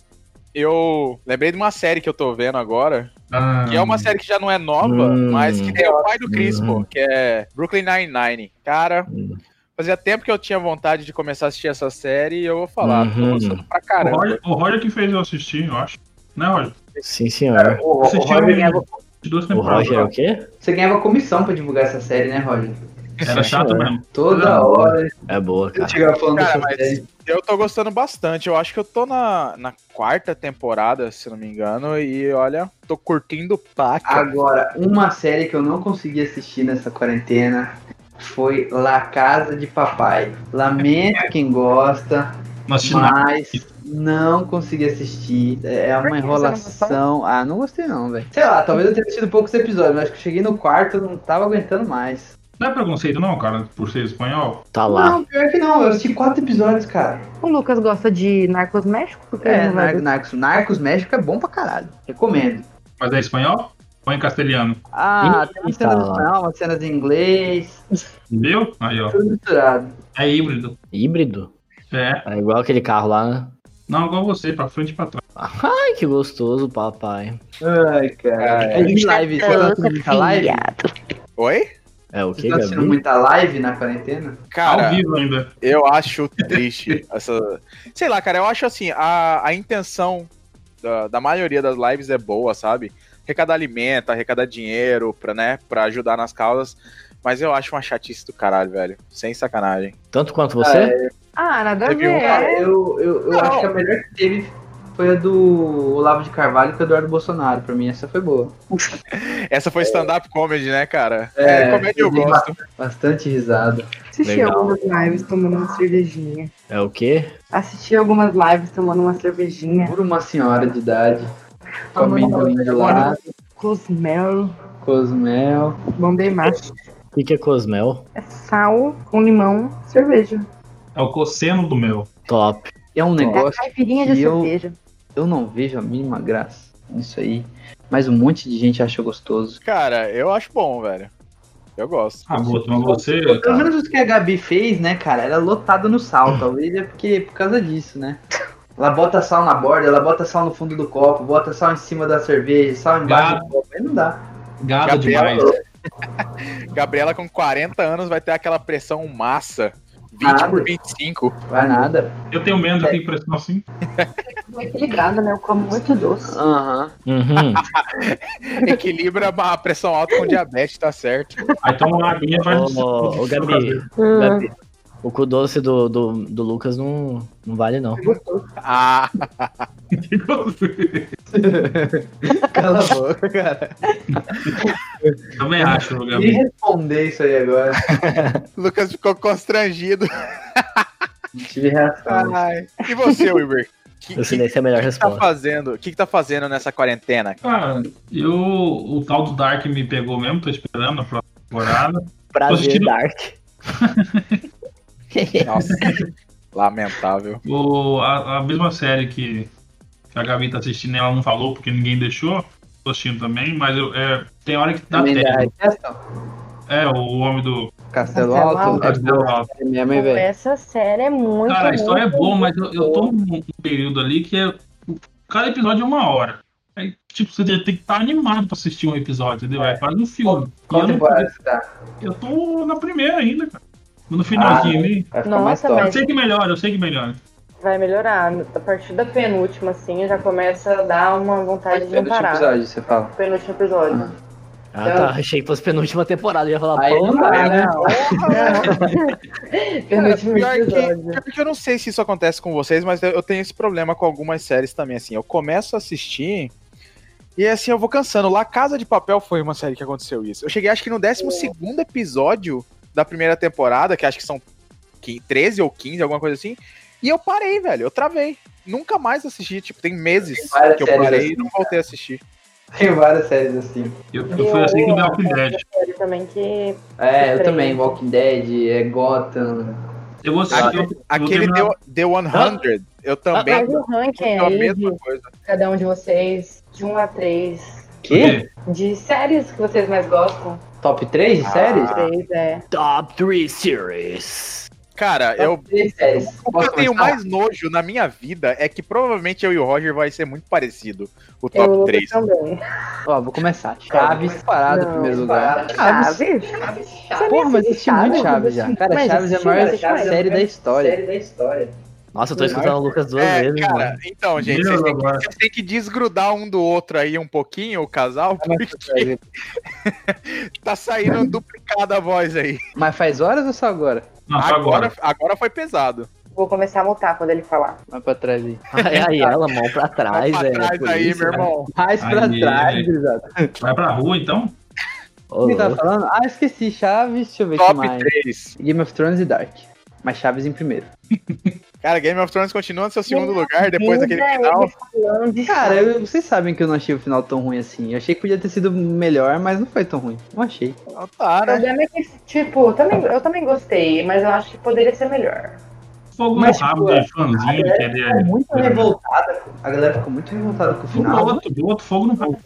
Speaker 1: Eu lembrei de uma série que eu tô vendo agora,
Speaker 3: Ah,
Speaker 1: que é uma série que já não é nova,
Speaker 6: Hum.
Speaker 1: mas que tem o pai do Chris,
Speaker 6: Hum.
Speaker 1: pô, que é Brooklyn Nine-Nine. Cara,
Speaker 6: Hum.
Speaker 1: fazia tempo que eu tinha vontade de começar a assistir essa série e eu vou falar, tô
Speaker 6: Uhum.
Speaker 1: gostando pra
Speaker 3: o,
Speaker 1: caramba.
Speaker 3: Roger, o Roger que fez eu assistir, eu acho. Né, Roger?
Speaker 6: Sim, senhor.
Speaker 5: O- o
Speaker 3: Assistiu
Speaker 5: Roger
Speaker 3: em-
Speaker 5: ganhava-
Speaker 3: De duas
Speaker 6: O
Speaker 3: temporadas.
Speaker 6: Roger é o quê?
Speaker 5: Você ganhava comissão pra divulgar essa série, né, Roger?
Speaker 3: Era chato
Speaker 6: Sim,
Speaker 3: mesmo.
Speaker 5: Toda
Speaker 6: Ah,
Speaker 5: hora ele
Speaker 6: É boa, cara.
Speaker 5: chegava falando
Speaker 1: Cara,
Speaker 5: dessa
Speaker 1: mas-
Speaker 5: série.
Speaker 1: Eu tô gostando bastante, eu acho que eu tô na, na quarta temporada, se não me engano, e olha, tô curtindo o paca.
Speaker 5: Agora, uma série que eu não consegui assistir nessa quarentena foi La Casa de Papai. Lamento quem gosta,
Speaker 3: Não assisti nada.
Speaker 5: mas Não consegui assistir. É
Speaker 2: Por que você
Speaker 5: uma
Speaker 2: não
Speaker 5: enrolação. Ah, não gostei não, velho. Sei lá, talvez eu tenha assistido poucos episódios, mas acho que eu cheguei no quarto, eu não tava aguentando mais.
Speaker 3: Não é preconceito, não, cara, por ser espanhol.
Speaker 6: Tá lá.
Speaker 5: Não, pior que não, eu assisti quatro episódios, cara.
Speaker 4: O Lucas gosta de Narcos México? Porque ele
Speaker 5: É,
Speaker 4: não vai
Speaker 5: Nar- Narcos, Narcos México é bom pra caralho. Recomendo.
Speaker 3: Mas é espanhol ou em castelhano?
Speaker 5: Ah,
Speaker 6: Ih,
Speaker 5: tem umas cenas
Speaker 6: tá
Speaker 5: no
Speaker 6: lá.
Speaker 5: final, umas cenas em inglês,
Speaker 3: Entendeu? Aí, ó.
Speaker 5: tudo misturado.
Speaker 3: É híbrido.
Speaker 6: Híbrido?
Speaker 3: É.
Speaker 6: É igual aquele carro lá, né?
Speaker 3: Não, igual você, pra frente e pra trás.
Speaker 6: Ai, que gostoso, papai.
Speaker 5: Ai, cara. É de live, você tá assistindo muita live?
Speaker 1: Oi?
Speaker 6: É o
Speaker 5: Você
Speaker 6: que,
Speaker 5: tá assistindo
Speaker 6: Gabi?
Speaker 5: muita live na quarentena?
Speaker 3: Ao
Speaker 1: Cara,
Speaker 3: vivo ainda.
Speaker 1: eu acho triste essa. Sei lá, cara, eu acho assim, a, a intenção da, da maioria das lives é boa, sabe? Arrecadar alimento, arrecadar dinheiro pra, né, pra ajudar nas causas. Mas eu acho uma chatice do caralho, velho. Sem sacanagem.
Speaker 6: Tanto quanto você?
Speaker 4: Ah, nada a
Speaker 1: Teve
Speaker 4: ver.
Speaker 1: um
Speaker 5: Cara, eu, eu, eu
Speaker 1: Não.
Speaker 5: acho que a melhor que teve foi a do Olavo de Carvalho com o Eduardo Bolsonaro. Pra mim, essa foi boa.
Speaker 1: Essa foi stand-up comedy, né, cara?
Speaker 5: É,
Speaker 1: É, comédia eu
Speaker 5: eu vi
Speaker 1: gosto.
Speaker 5: Bastante risada.
Speaker 4: Assisti
Speaker 6: Legal.
Speaker 4: algumas lives tomando uma cervejinha.
Speaker 6: É o quê?
Speaker 4: Assisti algumas lives tomando uma cervejinha.
Speaker 5: Por uma senhora de idade, com
Speaker 4: Tomando
Speaker 5: amendoim de lado,
Speaker 4: Cosmel,
Speaker 5: cosmel.
Speaker 4: Bombay Mash.
Speaker 6: O que, que é Cosmel?
Speaker 4: É sal com limão, cerveja.
Speaker 3: É o cosseno do meu.
Speaker 6: Top.
Speaker 5: É um
Speaker 4: É
Speaker 5: negócio
Speaker 4: caipirinha de
Speaker 5: que eu-
Speaker 4: cerveja.
Speaker 5: que eu não vejo a mínima graça nisso aí. Mas um monte de gente acha gostoso.
Speaker 1: Cara, eu acho bom, velho. Eu gosto.
Speaker 3: Ah, Guto, mas você.
Speaker 5: Pelo menos os que a Gabi fez, né, cara? Ela é lotada no [laughs] sal, talvez é porque por causa disso, né? Ela bota sal na borda, ela bota sal no fundo do copo, bota sal em cima da cerveja, sal embaixo do copo. Aí não dá.
Speaker 3: Gado
Speaker 1: Gabriela.
Speaker 3: demais.
Speaker 1: Gabriela com 40 anos vai ter aquela pressão massa. 20
Speaker 5: Caralho.
Speaker 1: por 25.
Speaker 5: Vai nada.
Speaker 3: Eu tenho medo, eu tenho pressão assim.
Speaker 4: Tô equilibrada, né? Eu como muito doce.
Speaker 5: Aham.
Speaker 6: Uhum.
Speaker 1: Equilibra a pressão alta com diabetes, tá certo.
Speaker 3: Aí toma uma aguinha e vai.
Speaker 6: Ô, ô, Gabi,
Speaker 4: Hum.
Speaker 6: Gabi, o cu doce do, do, do Lucas não, não vale, não.
Speaker 1: Ah,
Speaker 5: [laughs] Cala a boca, cara.
Speaker 3: Também acho,
Speaker 5: E
Speaker 3: Gabi.
Speaker 5: responder isso aí agora.
Speaker 1: o Lucas ficou constrangido.
Speaker 5: Não tive reação.
Speaker 4: então
Speaker 1: Ai. E você, Wilber? O que, que,
Speaker 6: O
Speaker 1: que
Speaker 6: silêncio é a melhor
Speaker 1: tá
Speaker 6: resposta.
Speaker 1: fazendo? O que, que tá fazendo nessa quarentena?
Speaker 3: Cara, eu. O tal do Dark me pegou mesmo, tô esperando a próxima temporada.
Speaker 6: Prazer,
Speaker 3: assistindo-
Speaker 6: Dark.
Speaker 1: Nossa, lamentável.
Speaker 3: O, a, a mesma série que, que a Gabi tá assistindo, ela não falou porque ninguém deixou. Tô assistindo também, mas eu, é, tem hora que dá
Speaker 5: Também dá
Speaker 3: tempo.
Speaker 5: reação.
Speaker 3: É, o homem do.
Speaker 5: Castelo
Speaker 4: Castelo
Speaker 5: Alto.
Speaker 4: Alto.
Speaker 5: É
Speaker 3: Castelo
Speaker 5: boa
Speaker 3: Alto.
Speaker 5: série mesmo, hein, velho?
Speaker 4: Essa série é muito.
Speaker 3: Cara, a história é
Speaker 4: muito
Speaker 3: boa, mas eu, eu tô num período ali que é, cada episódio é uma hora. Aí, tipo, você tem que estar animado pra assistir um episódio, entendeu? É quase um filme. E
Speaker 5: Qual
Speaker 3: eu, não-
Speaker 5: temporada você tá?
Speaker 3: eu tô na primeira ainda, cara. No finalzinho ali.
Speaker 5: Vai ficar
Speaker 4: Nossa,
Speaker 5: mais
Speaker 4: mas- tá
Speaker 5: top.
Speaker 3: Eu sei que melhora, eu sei que melhora.
Speaker 4: Vai melhorar. A partir da penúltima, assim, já começa a dar uma vontade de
Speaker 5: É
Speaker 4: não
Speaker 5: do último
Speaker 4: parar.
Speaker 5: episódio, você fala.
Speaker 4: Penúltimo episódio.
Speaker 6: Ah, tá. Achei que fosse penúltima temporada. Eu ia falar,
Speaker 5: Aí não
Speaker 6: pô,
Speaker 5: dá, né?
Speaker 4: [laughs] Penúltimo
Speaker 1: [laughs] Pior que- é
Speaker 4: episódio.
Speaker 1: Pior que Eu não sei se isso acontece com vocês, mas eu eu tenho esse problema com algumas séries também, assim. Eu começo a assistir e assim eu vou cansando. La Casa de Papel foi uma série que aconteceu isso. Eu cheguei acho que no
Speaker 5: É.
Speaker 1: 12 segundo episódio da primeira temporada, que acho que são qui- 13 ou 15, alguma coisa assim, e eu parei, velho. Eu travei. Nunca mais assisti, tipo, tem meses
Speaker 5: várias
Speaker 1: que eu
Speaker 5: séries
Speaker 1: parei
Speaker 5: assim,
Speaker 1: e não voltei a assistir.
Speaker 5: Tem várias séries assim.
Speaker 3: Eu, eu fui assim no The Walking Dead.
Speaker 4: Série também que
Speaker 5: É, eu
Speaker 4: Diferente.
Speaker 5: também, Walking Dead, é Gotham.
Speaker 3: Eu vou assistir. eu- eu vou
Speaker 1: Ah, Aquele
Speaker 3: terminar-
Speaker 1: The, The 100, eu também
Speaker 4: faz o ranking
Speaker 1: é a
Speaker 4: aí de
Speaker 1: mesma coisa.
Speaker 4: cada um de vocês, de 1 a 3,
Speaker 3: Quê?
Speaker 4: de séries que vocês mais gostam.
Speaker 5: Top 3 de
Speaker 1: Ah.
Speaker 5: séries?
Speaker 4: Três, é.
Speaker 6: top 3 series.
Speaker 1: Cara,
Speaker 5: Top
Speaker 1: eu
Speaker 5: 3 séries.
Speaker 1: O que
Speaker 5: Posso
Speaker 1: eu tenho
Speaker 5: começar?
Speaker 1: mais nojo na minha vida é que provavelmente eu e o Roger vai ser muito parecido. O
Speaker 4: Eu
Speaker 1: top
Speaker 4: vou
Speaker 1: 3.
Speaker 4: também.
Speaker 5: Ó, vou começar. Chaves disparado em
Speaker 4: Não,
Speaker 5: primeiro lugar. Chaves.
Speaker 4: Chaves? Chaves.
Speaker 5: Porra, mas eu assisti muito Chaves já. Cara,
Speaker 4: Mas
Speaker 5: Chaves é a
Speaker 4: assisti,
Speaker 5: maior
Speaker 4: cara, Chaves é a
Speaker 5: série da história.
Speaker 6: Nossa, eu tô escutando o Lucas
Speaker 5: um
Speaker 6: duas
Speaker 1: É,
Speaker 6: vezes,
Speaker 1: cara,
Speaker 6: mano.
Speaker 1: então, gente,
Speaker 3: Meu
Speaker 1: vocês têm, que,
Speaker 3: agora.
Speaker 1: vocês têm que desgrudar um do outro aí um pouquinho, o casal, porque tá saindo duplicada a voz aí.
Speaker 5: Mas faz horas ou só agora?
Speaker 3: Não, só agora.
Speaker 1: Agora, agora foi pesado.
Speaker 4: Vou começar a mutar quando ele falar.
Speaker 5: Mais pra trás aí.
Speaker 6: [laughs] Aí, aí ela, mão pra trás, é,
Speaker 1: Vai
Speaker 5: é,
Speaker 6: velho.
Speaker 1: pra trás aí,
Speaker 5: né?
Speaker 1: meu irmão.
Speaker 5: Mais pra
Speaker 3: Aí.
Speaker 5: trás, gurizada.
Speaker 3: Vai pra rua então?
Speaker 5: O
Speaker 6: Ô,
Speaker 5: que tava
Speaker 6: louco.
Speaker 5: falando? Ah, esqueci. Chaves, deixa eu ver o que
Speaker 1: Top
Speaker 5: mais.
Speaker 1: 3.
Speaker 5: Game of Thrones e Dark. Mas Chaves em primeiro.
Speaker 1: Cara, Game of Thrones continua no seu segundo
Speaker 4: Meu
Speaker 1: lugar depois daquele
Speaker 4: Ainda
Speaker 1: final.
Speaker 4: ele falando de
Speaker 5: Cara, eu- vocês sabem que eu não achei o final tão ruim assim. Eu achei que podia ter sido melhor, mas não foi tão ruim. Não achei.
Speaker 1: Então tá,
Speaker 4: O
Speaker 1: né?
Speaker 4: problema é que, tipo, também, eu também gostei, mas eu acho que poderia ser melhor.
Speaker 3: Fogo
Speaker 5: Mas,
Speaker 3: no rabo
Speaker 5: tipo,
Speaker 3: do fãzinho, que ele é.
Speaker 5: Ficou muito
Speaker 1: Uhum.
Speaker 3: é.
Speaker 5: revoltada. A galera ficou muito revoltada com o
Speaker 3: Do
Speaker 5: final.
Speaker 3: outro, do outro, fogo no rabo.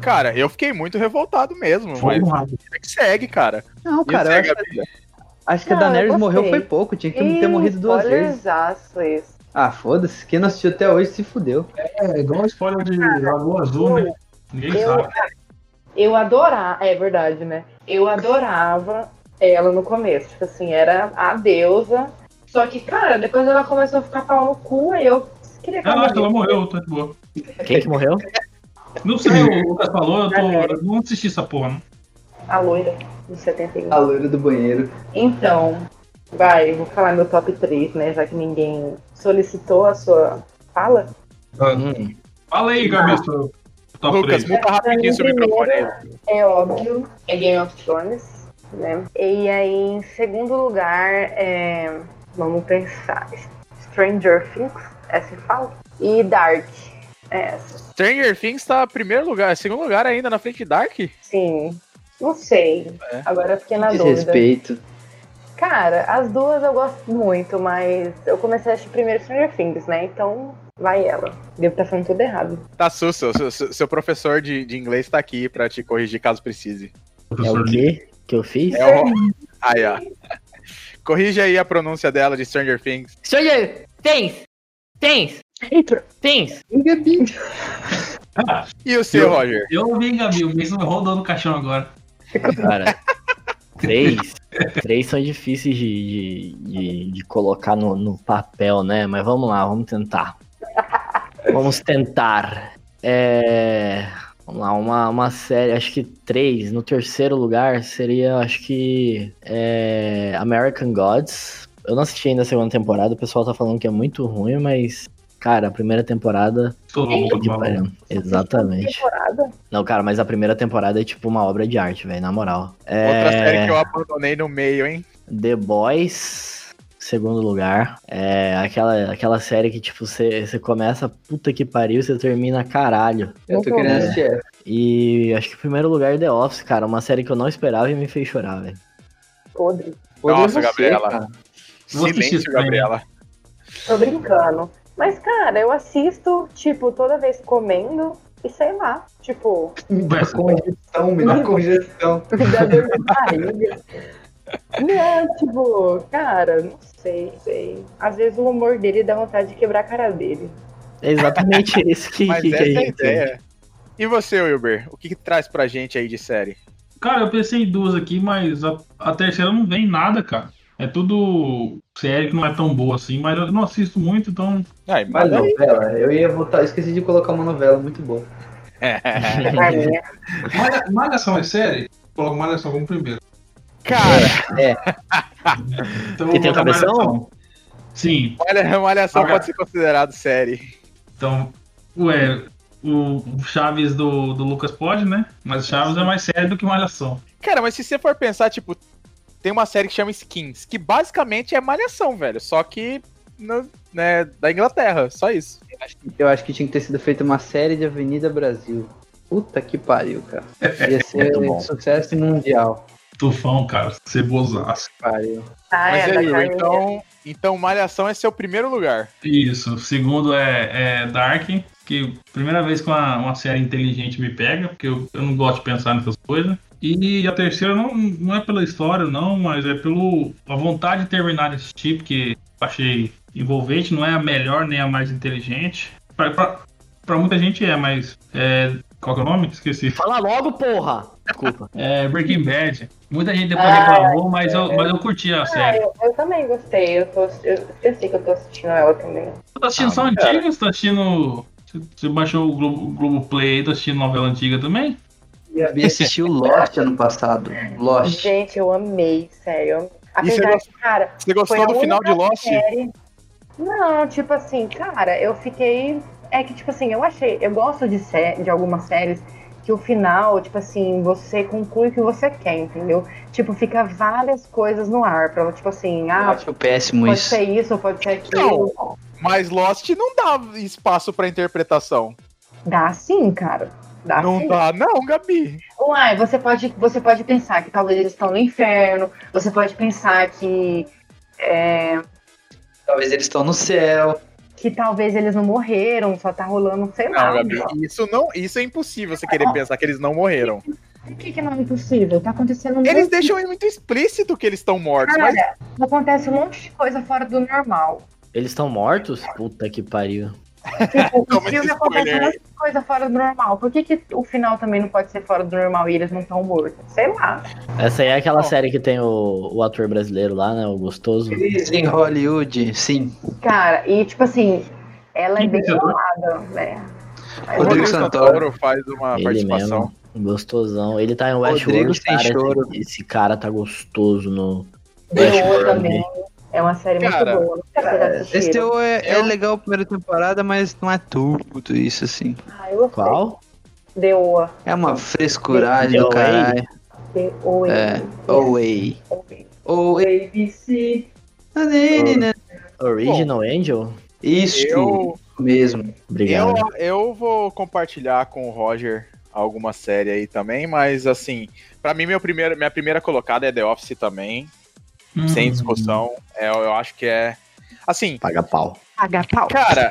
Speaker 1: Cara, eu fiquei muito revoltado mesmo.
Speaker 3: Fogo
Speaker 1: Mas
Speaker 3: no rabo.
Speaker 1: vida que segue, cara.
Speaker 5: Não,
Speaker 1: Vida
Speaker 5: cara, eu
Speaker 1: que
Speaker 5: acho,
Speaker 1: segue, a
Speaker 5: acho que a
Speaker 4: Não, eu
Speaker 5: Daenerys morreu
Speaker 4: gostei.
Speaker 5: foi pouco. Tinha que ter morrido duas vezes.
Speaker 4: Spoilerzaço esse.
Speaker 5: Ah, foda-se. Quem não assistiu até hoje se fudeu.
Speaker 3: É igual a spoiler de Lagoa Azul, né? Ninguém
Speaker 4: Eu-
Speaker 3: sabe.
Speaker 4: Eu adorava, é verdade, né? Eu adorava ela no começo, tipo assim, era a deusa. Só que, cara, depois ela começou a ficar falando no cu e eu queria que
Speaker 3: Ah,
Speaker 4: ela
Speaker 3: não, ela morreu, tá de boa.
Speaker 6: Quem que morreu?
Speaker 3: Não sei, o Lucas falou, eu, tô, eu não assisti essa porra, né? não.
Speaker 4: a loira de 71.
Speaker 5: A loira do banheiro.
Speaker 4: Então, vai, eu vou falar meu top 3, né? Já que ninguém solicitou a sua fala.
Speaker 6: Hum,
Speaker 3: Fala aí, Gabi, seu top
Speaker 1: Lucas,
Speaker 3: 3.
Speaker 1: muta rapidinho seu microfone aí.
Speaker 4: É óbvio, é Game of Thrones, né? E aí, em segundo lugar, é, vamos pensar, Stranger Things, essa eu falo, e Dark, é essa.
Speaker 1: Stranger Things tá em primeiro lugar, segundo lugar ainda na frente de Dark.
Speaker 4: Sim, não sei,
Speaker 1: É.
Speaker 4: agora eu fiquei na dúvida.
Speaker 5: Desrespeito.
Speaker 4: Cara, as duas eu gosto muito, mas eu comecei a assistir primeiro Stranger Things, né? Então, vai ela. Devo estar falando tudo errado.
Speaker 1: Tá susto, seu, seu- seu professor de, de inglês tá aqui pra te corrigir caso precise.
Speaker 6: é o
Speaker 3: Professor Lee.
Speaker 6: quê que eu fiz?
Speaker 1: É o... Aí, ó. Corrige aí a pronúncia dela de Stranger Things.
Speaker 8: Stranger Things! Things! Things!
Speaker 5: Gabi.
Speaker 3: Ah,
Speaker 1: E o seu,
Speaker 3: Eu-
Speaker 1: Roger?
Speaker 3: eu ouvi, Gabi, o Mason rodou no caixão agora.
Speaker 6: Cara, três. Três são difíceis de, de, de- de colocar no, no papel, né? Mas vamos lá, vamos tentar. Vamos tentar. É. Vamos lá, uma, uma série, acho que três. No terceiro lugar seria, acho que. é, American Gods. Eu não assisti ainda a segunda temporada, o pessoal tá falando que é muito ruim, mas. Cara, a primeira temporada.
Speaker 3: Tô louco,
Speaker 6: puta que
Speaker 3: tô maluco.
Speaker 6: pariu. Exatamente.
Speaker 4: Temporada.
Speaker 6: Não, cara, mas a primeira temporada é tipo uma obra de arte, velho, na moral. É...
Speaker 1: Outra série que eu abandonei no meio, hein?
Speaker 6: The Boys, segundo lugar. É aquela, aquela série que, tipo, você você começa puta que pariu, você termina caralho.
Speaker 5: Eu tô querendo assistir essa.
Speaker 6: E acho que em primeiro lugar é The Office, cara. Uma série que eu não esperava e me fez chorar, velho.
Speaker 4: Podre.
Speaker 5: Foda-se
Speaker 1: Nossa,
Speaker 5: você,
Speaker 1: Gabriela.
Speaker 5: cara.
Speaker 3: Vou assistir
Speaker 1: Silêncio,
Speaker 3: isso também.
Speaker 1: Gabriela.
Speaker 4: Tô brincando. Mas, cara, eu assisto, tipo, toda vez comendo e sei lá. Tipo, [laughs]
Speaker 5: Me dá
Speaker 3: Conversa.
Speaker 5: congestão, me dá congestão.
Speaker 4: me dá dor de barriga. Não, tipo, cara, não sei, sei. Às vezes o humor dele dá vontade de quebrar a cara dele.
Speaker 6: É
Speaker 1: [laughs]
Speaker 6: exatamente isso que,
Speaker 1: Mas
Speaker 6: que, que a
Speaker 1: essa é a
Speaker 6: gente tem.
Speaker 1: ideia. E você, Wilber? O que, que traz pra gente aí de série?
Speaker 3: Cara, eu pensei em duas aqui, mas a, a terceira não vem nada, cara. É tudo série que não é tão boa assim, mas eu não assisto muito, então.
Speaker 1: Ai,
Speaker 5: Mas novela, eu ia voltar, eu esqueci de colocar uma novela muito boa.
Speaker 4: Carminha.
Speaker 3: Malha- Malhação é série? Coloco Malhação como primeiro.
Speaker 1: [laughs] Cara,
Speaker 3: Então,
Speaker 6: Que
Speaker 3: eu
Speaker 6: tem o
Speaker 3: vou
Speaker 6: cabeção?
Speaker 3: Malhação. Sim,
Speaker 1: olha, Malhação
Speaker 3: Olha.
Speaker 1: pode ser considerado série.
Speaker 3: Então, ué, o o Chaves do, do Lucas pode, né? Mas o Chaves é mais sério do que Malhação.
Speaker 1: Cara, mas se você for pensar, tipo, tem uma série que chama Skins, que basicamente é Malhação, velho. Só que, no- né, da Inglaterra, só isso.
Speaker 5: Eu acho que tinha que ter sido feita uma série de Avenida Brasil. Puta que pariu, cara. Ia ser
Speaker 6: Muito bom.
Speaker 5: um sucesso mundial.
Speaker 3: Tufão, cara, cebosaço.
Speaker 5: Pariu.
Speaker 4: Ah,
Speaker 1: mas
Speaker 4: é,
Speaker 1: é,
Speaker 4: da
Speaker 1: Will,
Speaker 4: Carminha.
Speaker 1: então, então Malhação é seu primeiro lugar.
Speaker 3: Isso. O segundo é, é Dark, que primeira vez que uma, uma série inteligente me pega, porque eu, eu não gosto de pensar nessas coisas. E a terceira não, não é pela história, não, mas é pelo a vontade de terminar esse tipo, que eu achei envolvente, não é a melhor nem a mais inteligente. Pra, pra, pra muita gente é, mas. É, qual que é o nome? Esqueci.
Speaker 6: [laughs] Fala logo, porra! Desculpa.
Speaker 3: É, Breaking Bad. Muita gente depois
Speaker 4: Ah,
Speaker 3: reclamou, mas eu, mas eu curti a série.
Speaker 4: Eu, eu também gostei. Eu, tô, eu esqueci que eu tô assistindo ela também.
Speaker 3: Você tá assistindo só
Speaker 1: Ah, cara.
Speaker 3: antigas? Tá assistindo. Você- Você baixou o Globo, o Globoplay aí, tá assistindo novela antiga também?
Speaker 5: Gabi assistiu Lost ano passado. Lost.
Speaker 4: Gente, eu amei, sério.
Speaker 1: E você
Speaker 4: Apesar de, cara,
Speaker 1: Você
Speaker 4: Foi
Speaker 1: gostou
Speaker 4: a
Speaker 1: do final de
Speaker 4: única é.
Speaker 1: Lost?
Speaker 4: série- Não, tipo assim, cara, eu fiquei. É que, tipo assim, eu achei. Eu gosto de, sé... de algumas séries que o final, tipo assim, você conclui o que você quer, entendeu? Tipo, fica várias coisas no ar pra, tipo assim,
Speaker 5: Eu
Speaker 4: ah,
Speaker 5: acho péssimo
Speaker 4: pode
Speaker 5: isso.
Speaker 4: ser isso, pode ser aquilo.
Speaker 1: Não, mas Lost não dá espaço pra interpretação.
Speaker 4: Dá sim, cara. Dá
Speaker 1: Não
Speaker 4: Ah, sim.
Speaker 1: dá, não, Gabi.
Speaker 4: Uai, você pode, você pode pensar que talvez eles estão no inferno, você pode pensar que, é,
Speaker 5: Talvez eles estão no céu.
Speaker 4: que talvez eles não morreram, só tá rolando, sei lá.
Speaker 1: Não, Gabi, isso não, isso é impossível você querer pensar que eles não morreram.
Speaker 4: Por que, que não é impossível? Tá acontecendo um
Speaker 1: Eles
Speaker 4: monte-
Speaker 1: deixam muito explícito que eles estão mortos, mas
Speaker 4: Cara, acontece um monte de coisa fora
Speaker 1: [laughs]
Speaker 4: do normal.
Speaker 6: Eles estão mortos? Puta que pariu.
Speaker 4: Tipo,
Speaker 1: Não,
Speaker 4: o
Speaker 1: mas
Speaker 4: filme
Speaker 1: spoiler.
Speaker 4: acontece um monte de coisa fora do normal. Por que, que o final também não pode ser fora do normal e eles não estão mortos? Sei lá.
Speaker 6: Essa aí é aquela
Speaker 1: Bom.
Speaker 6: série que tem o, o ator brasileiro lá, né? O gostoso.
Speaker 5: Eles em Hollywood, sim.
Speaker 4: Cara, e tipo assim, ela é
Speaker 3: Quem
Speaker 4: bem
Speaker 3: que é?
Speaker 4: bolada, né? Mas-
Speaker 1: o Rodrigo
Speaker 5: Rodrigo
Speaker 1: Santoro faz uma
Speaker 6: Ele
Speaker 1: participação.
Speaker 6: mesmo. Gostosão. Ele tá em
Speaker 5: Rodrigo
Speaker 6: Westworld,
Speaker 5: sem
Speaker 6: cara.
Speaker 5: choro.
Speaker 6: Esse cara tá gostoso no...
Speaker 4: Deus
Speaker 1: né?
Speaker 6: Westworld.
Speaker 4: também. É uma série
Speaker 1: Cara,
Speaker 4: muito boa. Não sei se vocês assistiram.
Speaker 5: Esse teu é, é
Speaker 1: Eu-
Speaker 5: legal a primeira temporada, mas não é tudo isso, assim.
Speaker 4: Ah, eu gostei.
Speaker 6: Qual?
Speaker 4: Deoa.
Speaker 5: É uma frescuragem do
Speaker 6: Away?
Speaker 5: caralho.
Speaker 4: Deoa.
Speaker 5: É, away.
Speaker 4: É.
Speaker 5: Away.
Speaker 4: ABC.
Speaker 5: Nananana.
Speaker 6: Original Angel?
Speaker 5: Isso
Speaker 1: Eu,
Speaker 5: mesmo.
Speaker 6: Obrigado.
Speaker 1: eu, eu vou compartilhar com o Roger alguma série aí também, mas assim, pra mim meu primeiro, minha primeira colocada é The Office também, Hum.
Speaker 5: Hum.
Speaker 1: sem discussão. É, eu acho que é assim,
Speaker 6: Paga pau.
Speaker 4: Paga pau.
Speaker 1: cara,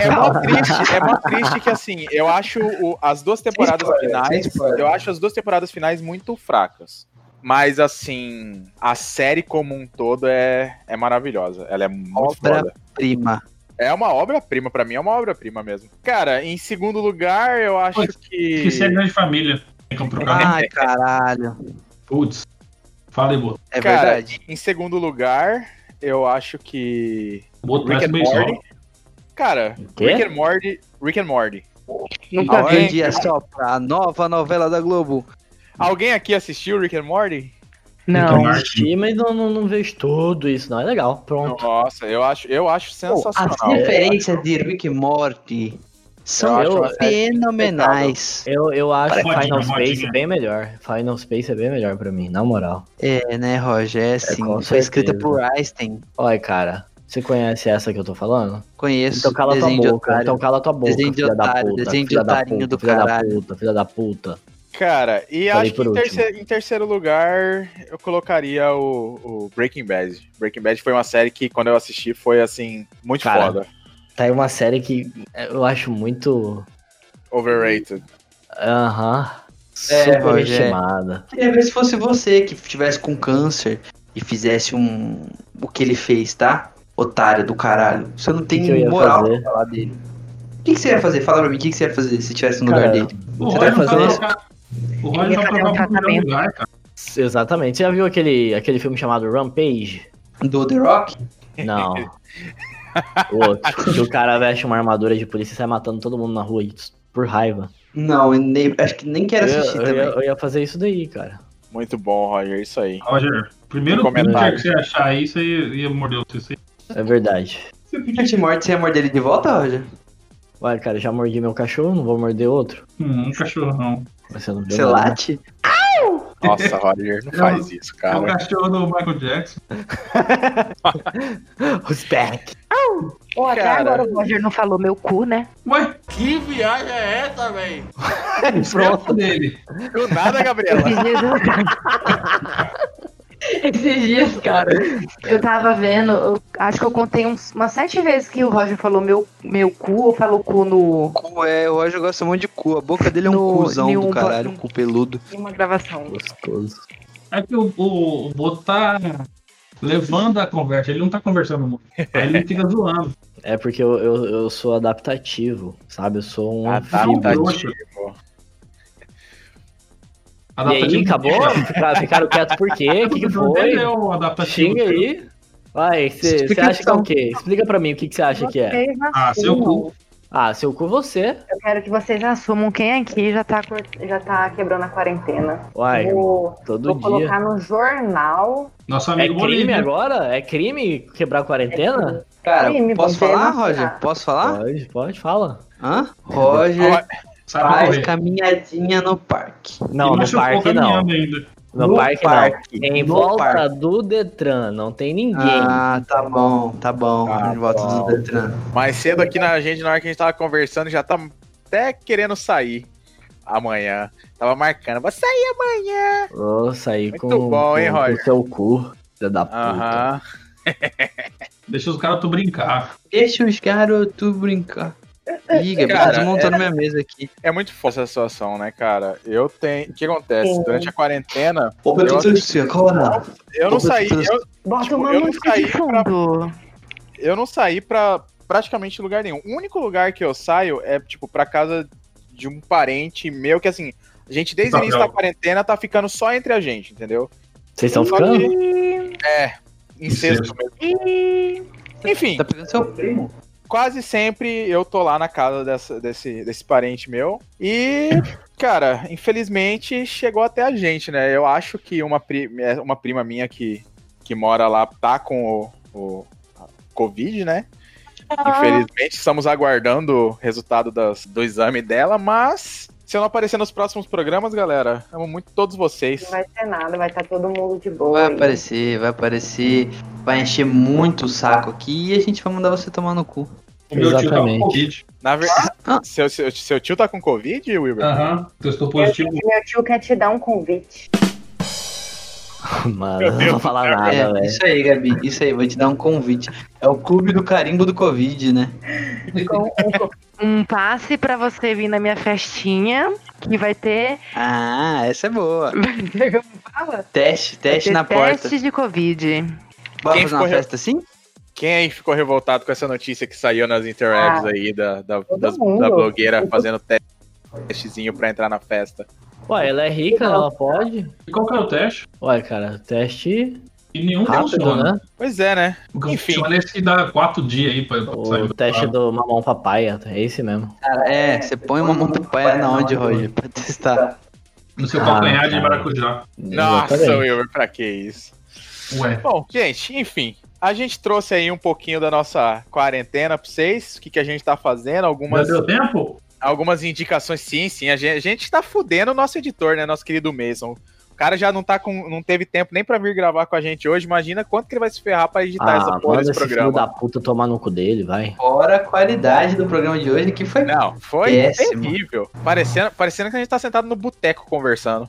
Speaker 1: é mó triste, é mó triste que assim, eu acho o- as duas temporadas
Speaker 5: spoiler,
Speaker 1: finais,
Speaker 5: sem spoiler.
Speaker 1: eu acho as duas temporadas finais muito fracas. Mas assim, a série como um todo é, é maravilhosa. Ela é muito
Speaker 5: Obra
Speaker 1: foda.
Speaker 6: [laughs]
Speaker 5: Prima.
Speaker 1: É uma obra-prima, pra mim é uma obra-prima mesmo. Cara, em segundo lugar, eu acho
Speaker 3: Pois,
Speaker 1: que.
Speaker 3: Esqueci a é grande família. Tem que trocar.
Speaker 5: Ai, caralho.
Speaker 3: Putz. Fala aí, Boto.
Speaker 5: É
Speaker 1: Cara,
Speaker 5: verdade.
Speaker 1: Em segundo lugar, eu acho que.
Speaker 3: Boto
Speaker 1: Rick
Speaker 3: parece
Speaker 1: and
Speaker 3: meio
Speaker 1: Morty. Cara,
Speaker 6: Quê?
Speaker 5: é
Speaker 1: Rick and Morty. Rick and Morty.
Speaker 5: A hora
Speaker 1: alguém-
Speaker 5: de é só pra nova novela da Globo.
Speaker 1: Alguém aqui assistiu Rick and Morty?
Speaker 3: Não.
Speaker 6: Assisti, mas não, não, não vejo tudo isso, não. É legal. Pronto.
Speaker 1: Nossa, eu acho, eu acho
Speaker 6: É
Speaker 1: sensacional.
Speaker 5: As referências de Rick e Morty são
Speaker 6: Eu acho-
Speaker 5: fenomenais.
Speaker 6: Eu, eu acho
Speaker 3: Modinha,
Speaker 6: Final Space
Speaker 3: modinha.
Speaker 6: bem melhor. Final Space é bem melhor pra mim, na moral.
Speaker 5: É, né, Roger? É, sim.
Speaker 6: com
Speaker 5: Foi escrita
Speaker 6: certeza.
Speaker 5: por Einstein.
Speaker 6: Olha, cara. Você conhece essa que eu tô falando?
Speaker 5: Conheço.
Speaker 6: Então cala tua
Speaker 5: desenho de
Speaker 6: boca.
Speaker 5: otário.
Speaker 6: Então cala tua boca,
Speaker 5: Desenho de
Speaker 6: filha da
Speaker 5: otário,
Speaker 6: puta.
Speaker 5: desenho de
Speaker 6: filha da
Speaker 5: otarinho
Speaker 6: puta,
Speaker 5: do
Speaker 6: filha da
Speaker 5: caralho.
Speaker 6: puta, filha da puta.
Speaker 1: Cara, e
Speaker 6: Falei
Speaker 1: acho que
Speaker 6: por
Speaker 1: em
Speaker 6: último.
Speaker 1: terceiro, em terceiro lugar eu colocaria o, o Breaking Bad. Breaking Bad foi uma série que quando eu assisti foi assim, muito
Speaker 6: Cara,
Speaker 1: foda.
Speaker 6: Tá aí uma série que eu acho muito.
Speaker 1: Overrated.
Speaker 6: Aham.
Speaker 5: É,
Speaker 6: superestimada.
Speaker 5: Queria ver se fosse você que tivesse com câncer e fizesse um. o que ele fez, tá? Otário do caralho. Você não tem
Speaker 6: que eu ia
Speaker 5: moral
Speaker 6: fazer?
Speaker 5: pra falar dele. O que, que você ia fazer? Fala pra mim, o que, que você ia fazer se tivesse no lugar
Speaker 6: Cara,
Speaker 5: dele? Você
Speaker 3: O Roger
Speaker 5: vai fazer
Speaker 3: não
Speaker 5: isso?
Speaker 3: trocar. O Roger
Speaker 4: Ele
Speaker 3: não
Speaker 4: vai fazer um
Speaker 3: trocar pro primeiro
Speaker 4: tratamento.
Speaker 3: lugar, cara.
Speaker 6: Exatamente. Você já viu aquele, aquele filme chamado Rampage?
Speaker 5: Do The Rock? [laughs]
Speaker 6: Não. o outro. Que o cara veste uma armadura de polícia e sai matando todo mundo na rua isso, por raiva.
Speaker 5: Não, eu nem- acho que nem quero
Speaker 6: eu,
Speaker 5: assistir
Speaker 6: eu
Speaker 5: também.
Speaker 6: ia, eu ia fazer isso daí, cara.
Speaker 1: Muito bom, Roger, é isso aí.
Speaker 3: Roger, primeiro
Speaker 1: Comentário.
Speaker 3: comentário que você achar aí, você ia, ia morder o seu. Você
Speaker 6: É verdade.
Speaker 3: você
Speaker 5: Se eu
Speaker 3: podia.
Speaker 5: te morte, você ia morder ele de volta, Roger?
Speaker 6: Ué, cara, já mordi meu cachorro, não vou morder outro.
Speaker 3: Hum, um cachorro, não.
Speaker 6: Você não deu
Speaker 5: Você
Speaker 6: nada.
Speaker 5: late?
Speaker 1: Nossa, Roger, não faz isso,
Speaker 3: É o
Speaker 1: cara.
Speaker 3: cachorro do Michael Jackson.
Speaker 6: Os back.
Speaker 4: Pô, até
Speaker 1: Cara.
Speaker 4: agora o Roger não falou meu cu, né?
Speaker 3: Ué,
Speaker 7: Que viagem é essa, velho?
Speaker 3: [laughs] o pronto dele.
Speaker 1: Do nada, Gabriela.
Speaker 4: Esses dias, Esses dias, cara, eu tava vendo, eu acho que eu contei uns- umas sete vezes que o Roger falou meu, meu cu ou falou cu no.
Speaker 5: Cu é, o Roger gosta muito de cu. A boca dele é um
Speaker 4: No-
Speaker 5: cuzão
Speaker 4: nenhum
Speaker 5: do caralho, um
Speaker 4: botão.
Speaker 5: cu peludo.
Speaker 4: em uma gravação.
Speaker 6: Gostoso.
Speaker 3: É que o, o, o Boto tá levando a conversa, ele não tá conversando muito. Aí ele fica zoando.
Speaker 6: É porque eu, eu, eu sou adaptativo, sabe? Eu sou um
Speaker 5: Ah,
Speaker 6: anfíbio.
Speaker 1: Adaptativo.
Speaker 6: E aí, acabou? Ficaram, ficaram quietos por quê? O que, que foi?
Speaker 3: Entendeu né? o adaptativo?
Speaker 6: Xinga aí. Vai, você
Speaker 5: Explica
Speaker 6: acha que é o
Speaker 5: então.
Speaker 6: quê? Explica pra mim o que você acha que é.
Speaker 4: Vocês
Speaker 3: Ah, seu
Speaker 4: assumam.
Speaker 6: Ah, seu cu você.
Speaker 4: Eu quero que vocês assumam quem aqui já tá, cur- já tá quebrando a quarentena.
Speaker 6: Uai,
Speaker 4: vou
Speaker 6: todo
Speaker 4: vou
Speaker 6: dia.
Speaker 4: colocar no jornal.
Speaker 3: Nosso
Speaker 6: É
Speaker 3: amigo
Speaker 6: crime
Speaker 3: Bolívia.
Speaker 6: agora? É crime quebrar a quarentena?
Speaker 5: Cara,
Speaker 4: Ih, me
Speaker 5: posso
Speaker 4: bombei,
Speaker 5: falar,
Speaker 4: não
Speaker 6: É.
Speaker 4: sei lá.
Speaker 5: Roger? Posso falar?
Speaker 6: Pode, pode, fala.
Speaker 5: Hã?
Speaker 1: [laughs]
Speaker 5: Roger
Speaker 1: Ó,
Speaker 3: Sabe
Speaker 9: Faz
Speaker 3: correr.
Speaker 9: caminhadinha no parque.
Speaker 3: E
Speaker 6: Não, no
Speaker 3: machucou
Speaker 6: parque não.
Speaker 3: caminhando ainda.
Speaker 6: No,
Speaker 9: No
Speaker 6: parque,
Speaker 9: parque,
Speaker 6: não. Em
Speaker 9: no
Speaker 6: volta
Speaker 9: parque.
Speaker 6: do Detran, não tem ninguém.
Speaker 9: Ah, tá bom, tá bom.
Speaker 1: Tá
Speaker 9: Em volta
Speaker 1: bom.
Speaker 9: do Detran.
Speaker 1: Mais cedo aqui na gente, na hora que a gente tava conversando, já tá até querendo sair amanhã. Tava marcando, vai sair amanhã.
Speaker 6: Vou sair
Speaker 1: Muito
Speaker 6: com,
Speaker 1: bom, hein,
Speaker 6: com- com
Speaker 1: Roger?
Speaker 6: seu cu, filha da puta.
Speaker 1: Aham.
Speaker 3: Deixa os caras tu brincar.
Speaker 9: Deixa os garotos brincar. Ih, Gabriel,
Speaker 1: Cara,
Speaker 9: tá desmontando minha mesa aqui.
Speaker 1: É muito foda essa situação, né, cara? Eu tenho. O que acontece?
Speaker 4: Sim.
Speaker 1: Durante a quarentena,
Speaker 9: Opa,
Speaker 1: eu
Speaker 9: tudo isso agora.
Speaker 1: eu não
Speaker 9: Opa,
Speaker 1: saí.
Speaker 9: tudo-
Speaker 1: Eu,
Speaker 4: Bota
Speaker 1: Tipo,
Speaker 4: uma
Speaker 1: eu não
Speaker 4: música de
Speaker 1: saí pra-
Speaker 4: fundo.
Speaker 1: eu não saí pra praticamente lugar nenhum. O único lugar que eu saio é, tipo, pra casa de um parente meu, que assim, a gente desde o
Speaker 3: Tá,
Speaker 1: início
Speaker 3: não.
Speaker 1: da quarentena tá ficando só entre a gente, entendeu?
Speaker 6: Vocês estão
Speaker 1: Só
Speaker 6: ficando?
Speaker 1: que- É, incesto mesmo. Enfim,
Speaker 9: Tá pegando seu primo.
Speaker 1: quase sempre eu tô lá na casa dessa- desse, desse parente meu. E, cara, infelizmente chegou até a gente, né? Eu acho que uma, pri- é, uma prima minha que, que mora lá tá com o, o a Covid, né? Infelizmente, estamos aguardando o resultado das- do exame dela, mas se eu não aparecer nos próximos programas, galera, amo muito todos vocês.
Speaker 4: Não vai ser nada, vai estar todo mundo de boa.
Speaker 9: Vai
Speaker 4: aí.
Speaker 9: aparecer, vai aparecer. Vai encher muito o saco aqui e a gente vai mandar você tomar no cu.
Speaker 3: O meu tio tá com
Speaker 6: Exatamente.
Speaker 3: Covid.
Speaker 1: Na verdade, seu, seu, seu tio tá com Covid, Wilber?
Speaker 3: Aham. Testou positivo.
Speaker 4: Meu tio quer te dar um convite.
Speaker 6: Mano, não vou falar nada,
Speaker 9: é,
Speaker 6: velho.
Speaker 9: isso aí, Gabi. Isso aí, vou te dar um convite. É o clube do carimbo do Covid, né?
Speaker 4: [laughs] Um passe pra você vir na minha festinha, que vai ter.
Speaker 9: Ah, essa é boa.
Speaker 4: Como [laughs] fala?
Speaker 9: Teste,
Speaker 4: Vai
Speaker 9: teste
Speaker 4: ter
Speaker 9: na
Speaker 4: teste
Speaker 9: porta.
Speaker 4: de Covid.
Speaker 9: Bora
Speaker 1: Quem
Speaker 9: fazer uma
Speaker 1: ficou-
Speaker 9: festa assim?
Speaker 1: Quem aí ficou revoltado com essa notícia que saiu nas interwebs
Speaker 6: Ah,
Speaker 1: aí da, da, das-
Speaker 4: mundo.
Speaker 1: da blogueira fazendo te- testezinho pra entrar na festa?
Speaker 6: Ué, ela é rica, ela pode.
Speaker 3: E qual que é o teste?
Speaker 6: Ué, cara, teste
Speaker 3: E nenhum
Speaker 6: rápido,
Speaker 3: funciona.
Speaker 6: né?
Speaker 1: Pois é, né?
Speaker 3: O que
Speaker 1: Enfim.
Speaker 3: funciona é esse que dá quatro dias aí pra, pra sair
Speaker 6: O
Speaker 3: do
Speaker 6: teste
Speaker 3: carro.
Speaker 6: do mamão papaya, é esse mesmo.
Speaker 9: Cara, é, você põe uma mão papai na onde, Roger, pra testar.
Speaker 3: No seu
Speaker 6: Ah,
Speaker 3: calcanhar de
Speaker 6: cara.
Speaker 3: maracujá.
Speaker 1: Nossa,
Speaker 6: Exatamente.
Speaker 1: Wilber, pra que isso?
Speaker 3: Ué.
Speaker 1: Bom, gente, enfim. A gente trouxe aí um pouquinho da nossa quarentena pra vocês, o que, que a gente tá fazendo,
Speaker 3: Mas
Speaker 1: algumas,
Speaker 3: deu tempo?
Speaker 1: algumas indicações, sim, sim. A gente, a gente tá fudendo o nosso editor, né? Nosso querido Mason. O cara já não tá com. não teve tempo nem pra vir gravar com a gente hoje. Imagina quanto que ele vai se ferrar pra editar
Speaker 6: Ah,
Speaker 1: essa porra
Speaker 6: manda
Speaker 1: desse
Speaker 6: esse filho
Speaker 1: programa.
Speaker 6: da puta tomar no cu dele, vai.
Speaker 9: Fora a qualidade do programa de hoje, que foi. [laughs]
Speaker 1: Não, foi
Speaker 9: Péssimo.
Speaker 1: terrível. Parecendo, parecendo que a gente tá sentado no boteco conversando.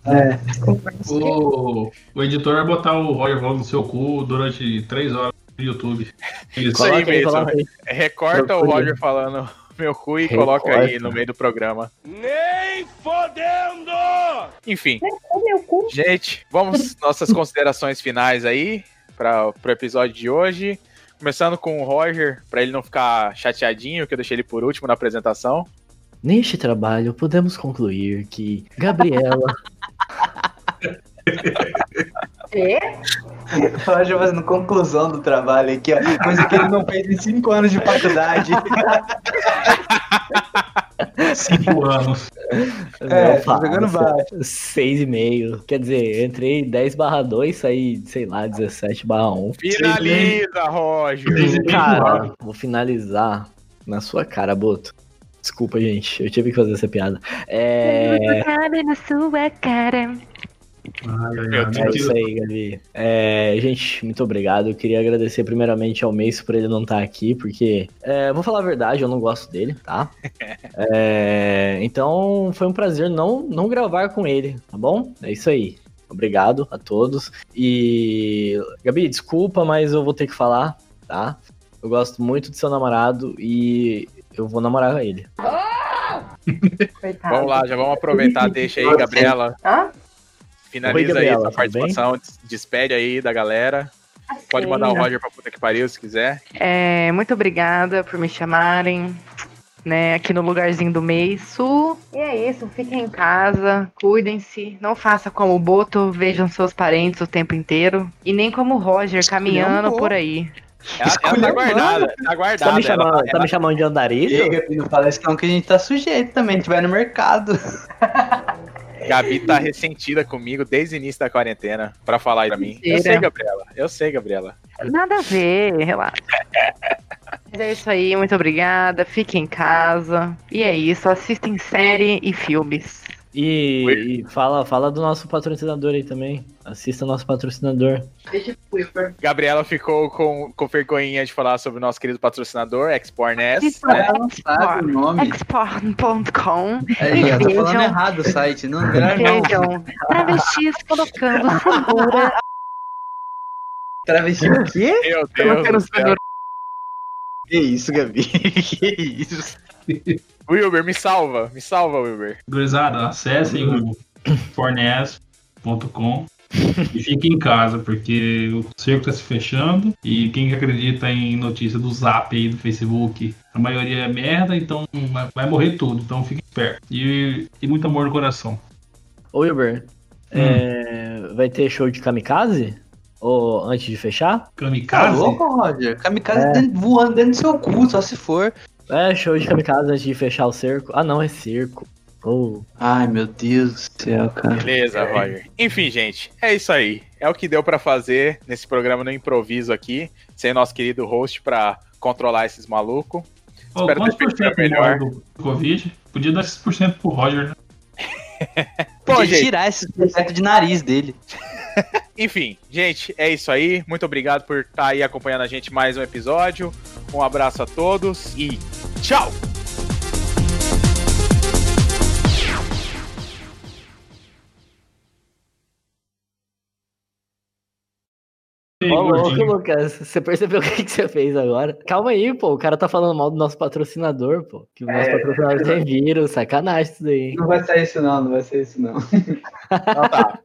Speaker 3: O, o editor vai botar o Roger Vlog no seu cu durante três horas no [laughs] YouTube. Eles-
Speaker 1: Isso aí,
Speaker 6: Coloca
Speaker 1: Mason.
Speaker 6: coloca aí.
Speaker 1: Recorta o
Speaker 6: Procure.
Speaker 1: Roger falando meu cu e coloca aí no meio do programa.
Speaker 7: Nem fodendo!
Speaker 1: Enfim,
Speaker 4: Ô, meu cu.
Speaker 1: gente,
Speaker 6: [laughs]
Speaker 1: vamos nossas considerações finais aí para pro episódio de hoje. Começando com o Roger, pra ele não ficar chateadinho, que eu deixei ele por último na apresentação.
Speaker 6: Neste trabalho, podemos concluir que Gabriela
Speaker 4: Quê?
Speaker 9: Roger fazendo conclusão do trabalho aqui, ó. Coisa que ele não fez em cinco anos de faculdade.
Speaker 3: Cinco anos.
Speaker 9: [laughs] É,
Speaker 6: não passa.
Speaker 9: jogando baixo.
Speaker 6: 6,5. Quer dizer, entrei 10 barra 2, saí, sei lá, 17 barra 1.
Speaker 1: Finaliza, Roger!
Speaker 3: Vocês entendem nada.
Speaker 6: Cara, vou finalizar na sua cara, Boto. Desculpa, gente. Eu tive que fazer essa piada. É,
Speaker 4: Sabe na sua cara.
Speaker 3: [laughs] Ai, ai,
Speaker 1: Meu
Speaker 3: ai,
Speaker 6: é
Speaker 1: Deus.
Speaker 6: isso
Speaker 3: mentira.
Speaker 6: aí, Gabi. É, gente, muito obrigado. Eu queria agradecer primeiramente ao Mace por ele não estar aqui, porque, é, vou falar a verdade, eu não gosto dele,
Speaker 1: [laughs]
Speaker 6: tá? É, então, foi um prazer não, não gravar com ele, tá bom? É isso aí. Obrigado a todos. E, Gabi, desculpa, mas eu vou ter que falar, tá? Eu gosto muito do seu namorado e eu vou namorar com ele.
Speaker 4: Coitado.
Speaker 1: Vamos lá, já vamos aproveitar, deixa aí, Gabriela.
Speaker 4: Hã?
Speaker 1: Finaliza
Speaker 6: Oi, Gabriela,
Speaker 1: aí essa
Speaker 6: tudo bem?
Speaker 1: participação, des- despede aí da galera. Pode mandar um. o Roger pra puta que pariu se quiser.
Speaker 4: É, muito obrigada por me chamarem. Né, aqui no lugarzinho do Meiço. E é isso, fiquem em casa, cuidem-se, não faça como o Boto, vejam seus parentes o tempo inteiro. E nem como o Roger, caminhando
Speaker 9: Esculhambou.
Speaker 4: por aí.
Speaker 1: Ela, ela tá
Speaker 9: Esculhambando.
Speaker 1: guardada, tá guardada.
Speaker 6: um Tá me
Speaker 1: ela-
Speaker 6: chamando, tá me chamando de
Speaker 9: Ei,
Speaker 6: andarilho?
Speaker 9: Gabi, não fala isso não, que a gente tá sujeito também, a gente vai no mercado.
Speaker 1: Gabi tá ressentida comigo desde o início da quarentena pra falar isso pra mim. Eu
Speaker 4: Mentira.
Speaker 1: sei, Gabriela. Eu sei, Gabriela.
Speaker 4: Nada a ver, relaxa. [laughs] Mas é isso aí, muito obrigada. Fique em casa. E é isso, assistem série e filmes.
Speaker 6: E, e fala, fala do nosso patrocinador aí também. Assista nosso patrocinador.
Speaker 2: Deixa pro Wilber.
Speaker 1: Gabriela ficou com, com vergonhinha de falar sobre o nosso querido patrocinador,
Speaker 4: É
Speaker 1: Exporness. né?
Speaker 5: Ela não sabe o
Speaker 4: [laughs]
Speaker 5: nome.
Speaker 4: Exporn.com
Speaker 5: Aí, ó, tá
Speaker 4: Vejam.
Speaker 5: falando errado o site. Não, melhor não.
Speaker 4: Vejam, travestis colocando cenoura,
Speaker 5: Travesti o quê?
Speaker 1: Meu Deus
Speaker 4: colocando
Speaker 1: do céu.
Speaker 4: cenoura.
Speaker 5: Que isso,
Speaker 9: [laughs]
Speaker 5: Gabi? Que isso?
Speaker 1: Wilber, me salva. Me salva, Wilber.
Speaker 3: Gurizada, acessem o fornes.com e fiquem em casa, porque o cerco tá se fechando e quem acredita em notícia do zap aí do Facebook, a maioria é merda, então vai- vai morrer tudo, então fiquem esperto. E, e muito amor no coração.
Speaker 6: Ô, Wilber, é, vai ter show de kamikaze? Ou antes de fechar?
Speaker 5: Tá
Speaker 3: Kamikaze?
Speaker 5: louco, Roger? Kamikaze
Speaker 6: É.
Speaker 5: dentro- voando dentro do seu cu, só se for.
Speaker 6: É, show de kamikaze antes de fechar o cerco. Ah, não, é cerco. Ou
Speaker 5: Ai, meu Deus do céu, cara.
Speaker 1: Beleza, Roger. É. Enfim, gente, é isso aí. É o que deu pra fazer nesse programa no improviso aqui, sem nosso querido host pra controlar esses malucos.
Speaker 3: Ô,
Speaker 1: Espero
Speaker 3: quantos
Speaker 1: ter
Speaker 3: por
Speaker 1: feito
Speaker 3: cento
Speaker 1: melhor.
Speaker 3: melhor do Covid? Podia dar 6% pro Roger, né?
Speaker 1: Bom,
Speaker 5: Podia
Speaker 1: gente,
Speaker 5: tirar esse projeto de nariz dele.
Speaker 1: Enfim, gente, é isso aí. Muito obrigado por estar aí acompanhando a gente mais um episódio. Um abraço a todos e tchau!
Speaker 3: Ei,
Speaker 6: Ô, louco,
Speaker 3: gordinho.
Speaker 6: Lucas, você percebeu [laughs] o que, que você fez agora? Calma aí, pô, o cara tá falando mal do nosso patrocinador, pô. Que o nosso patrocinador tem vírus, sacanagem isso daí. hein?
Speaker 5: [laughs] Não vai ser isso não, não vai ser isso não.
Speaker 1: Então tá.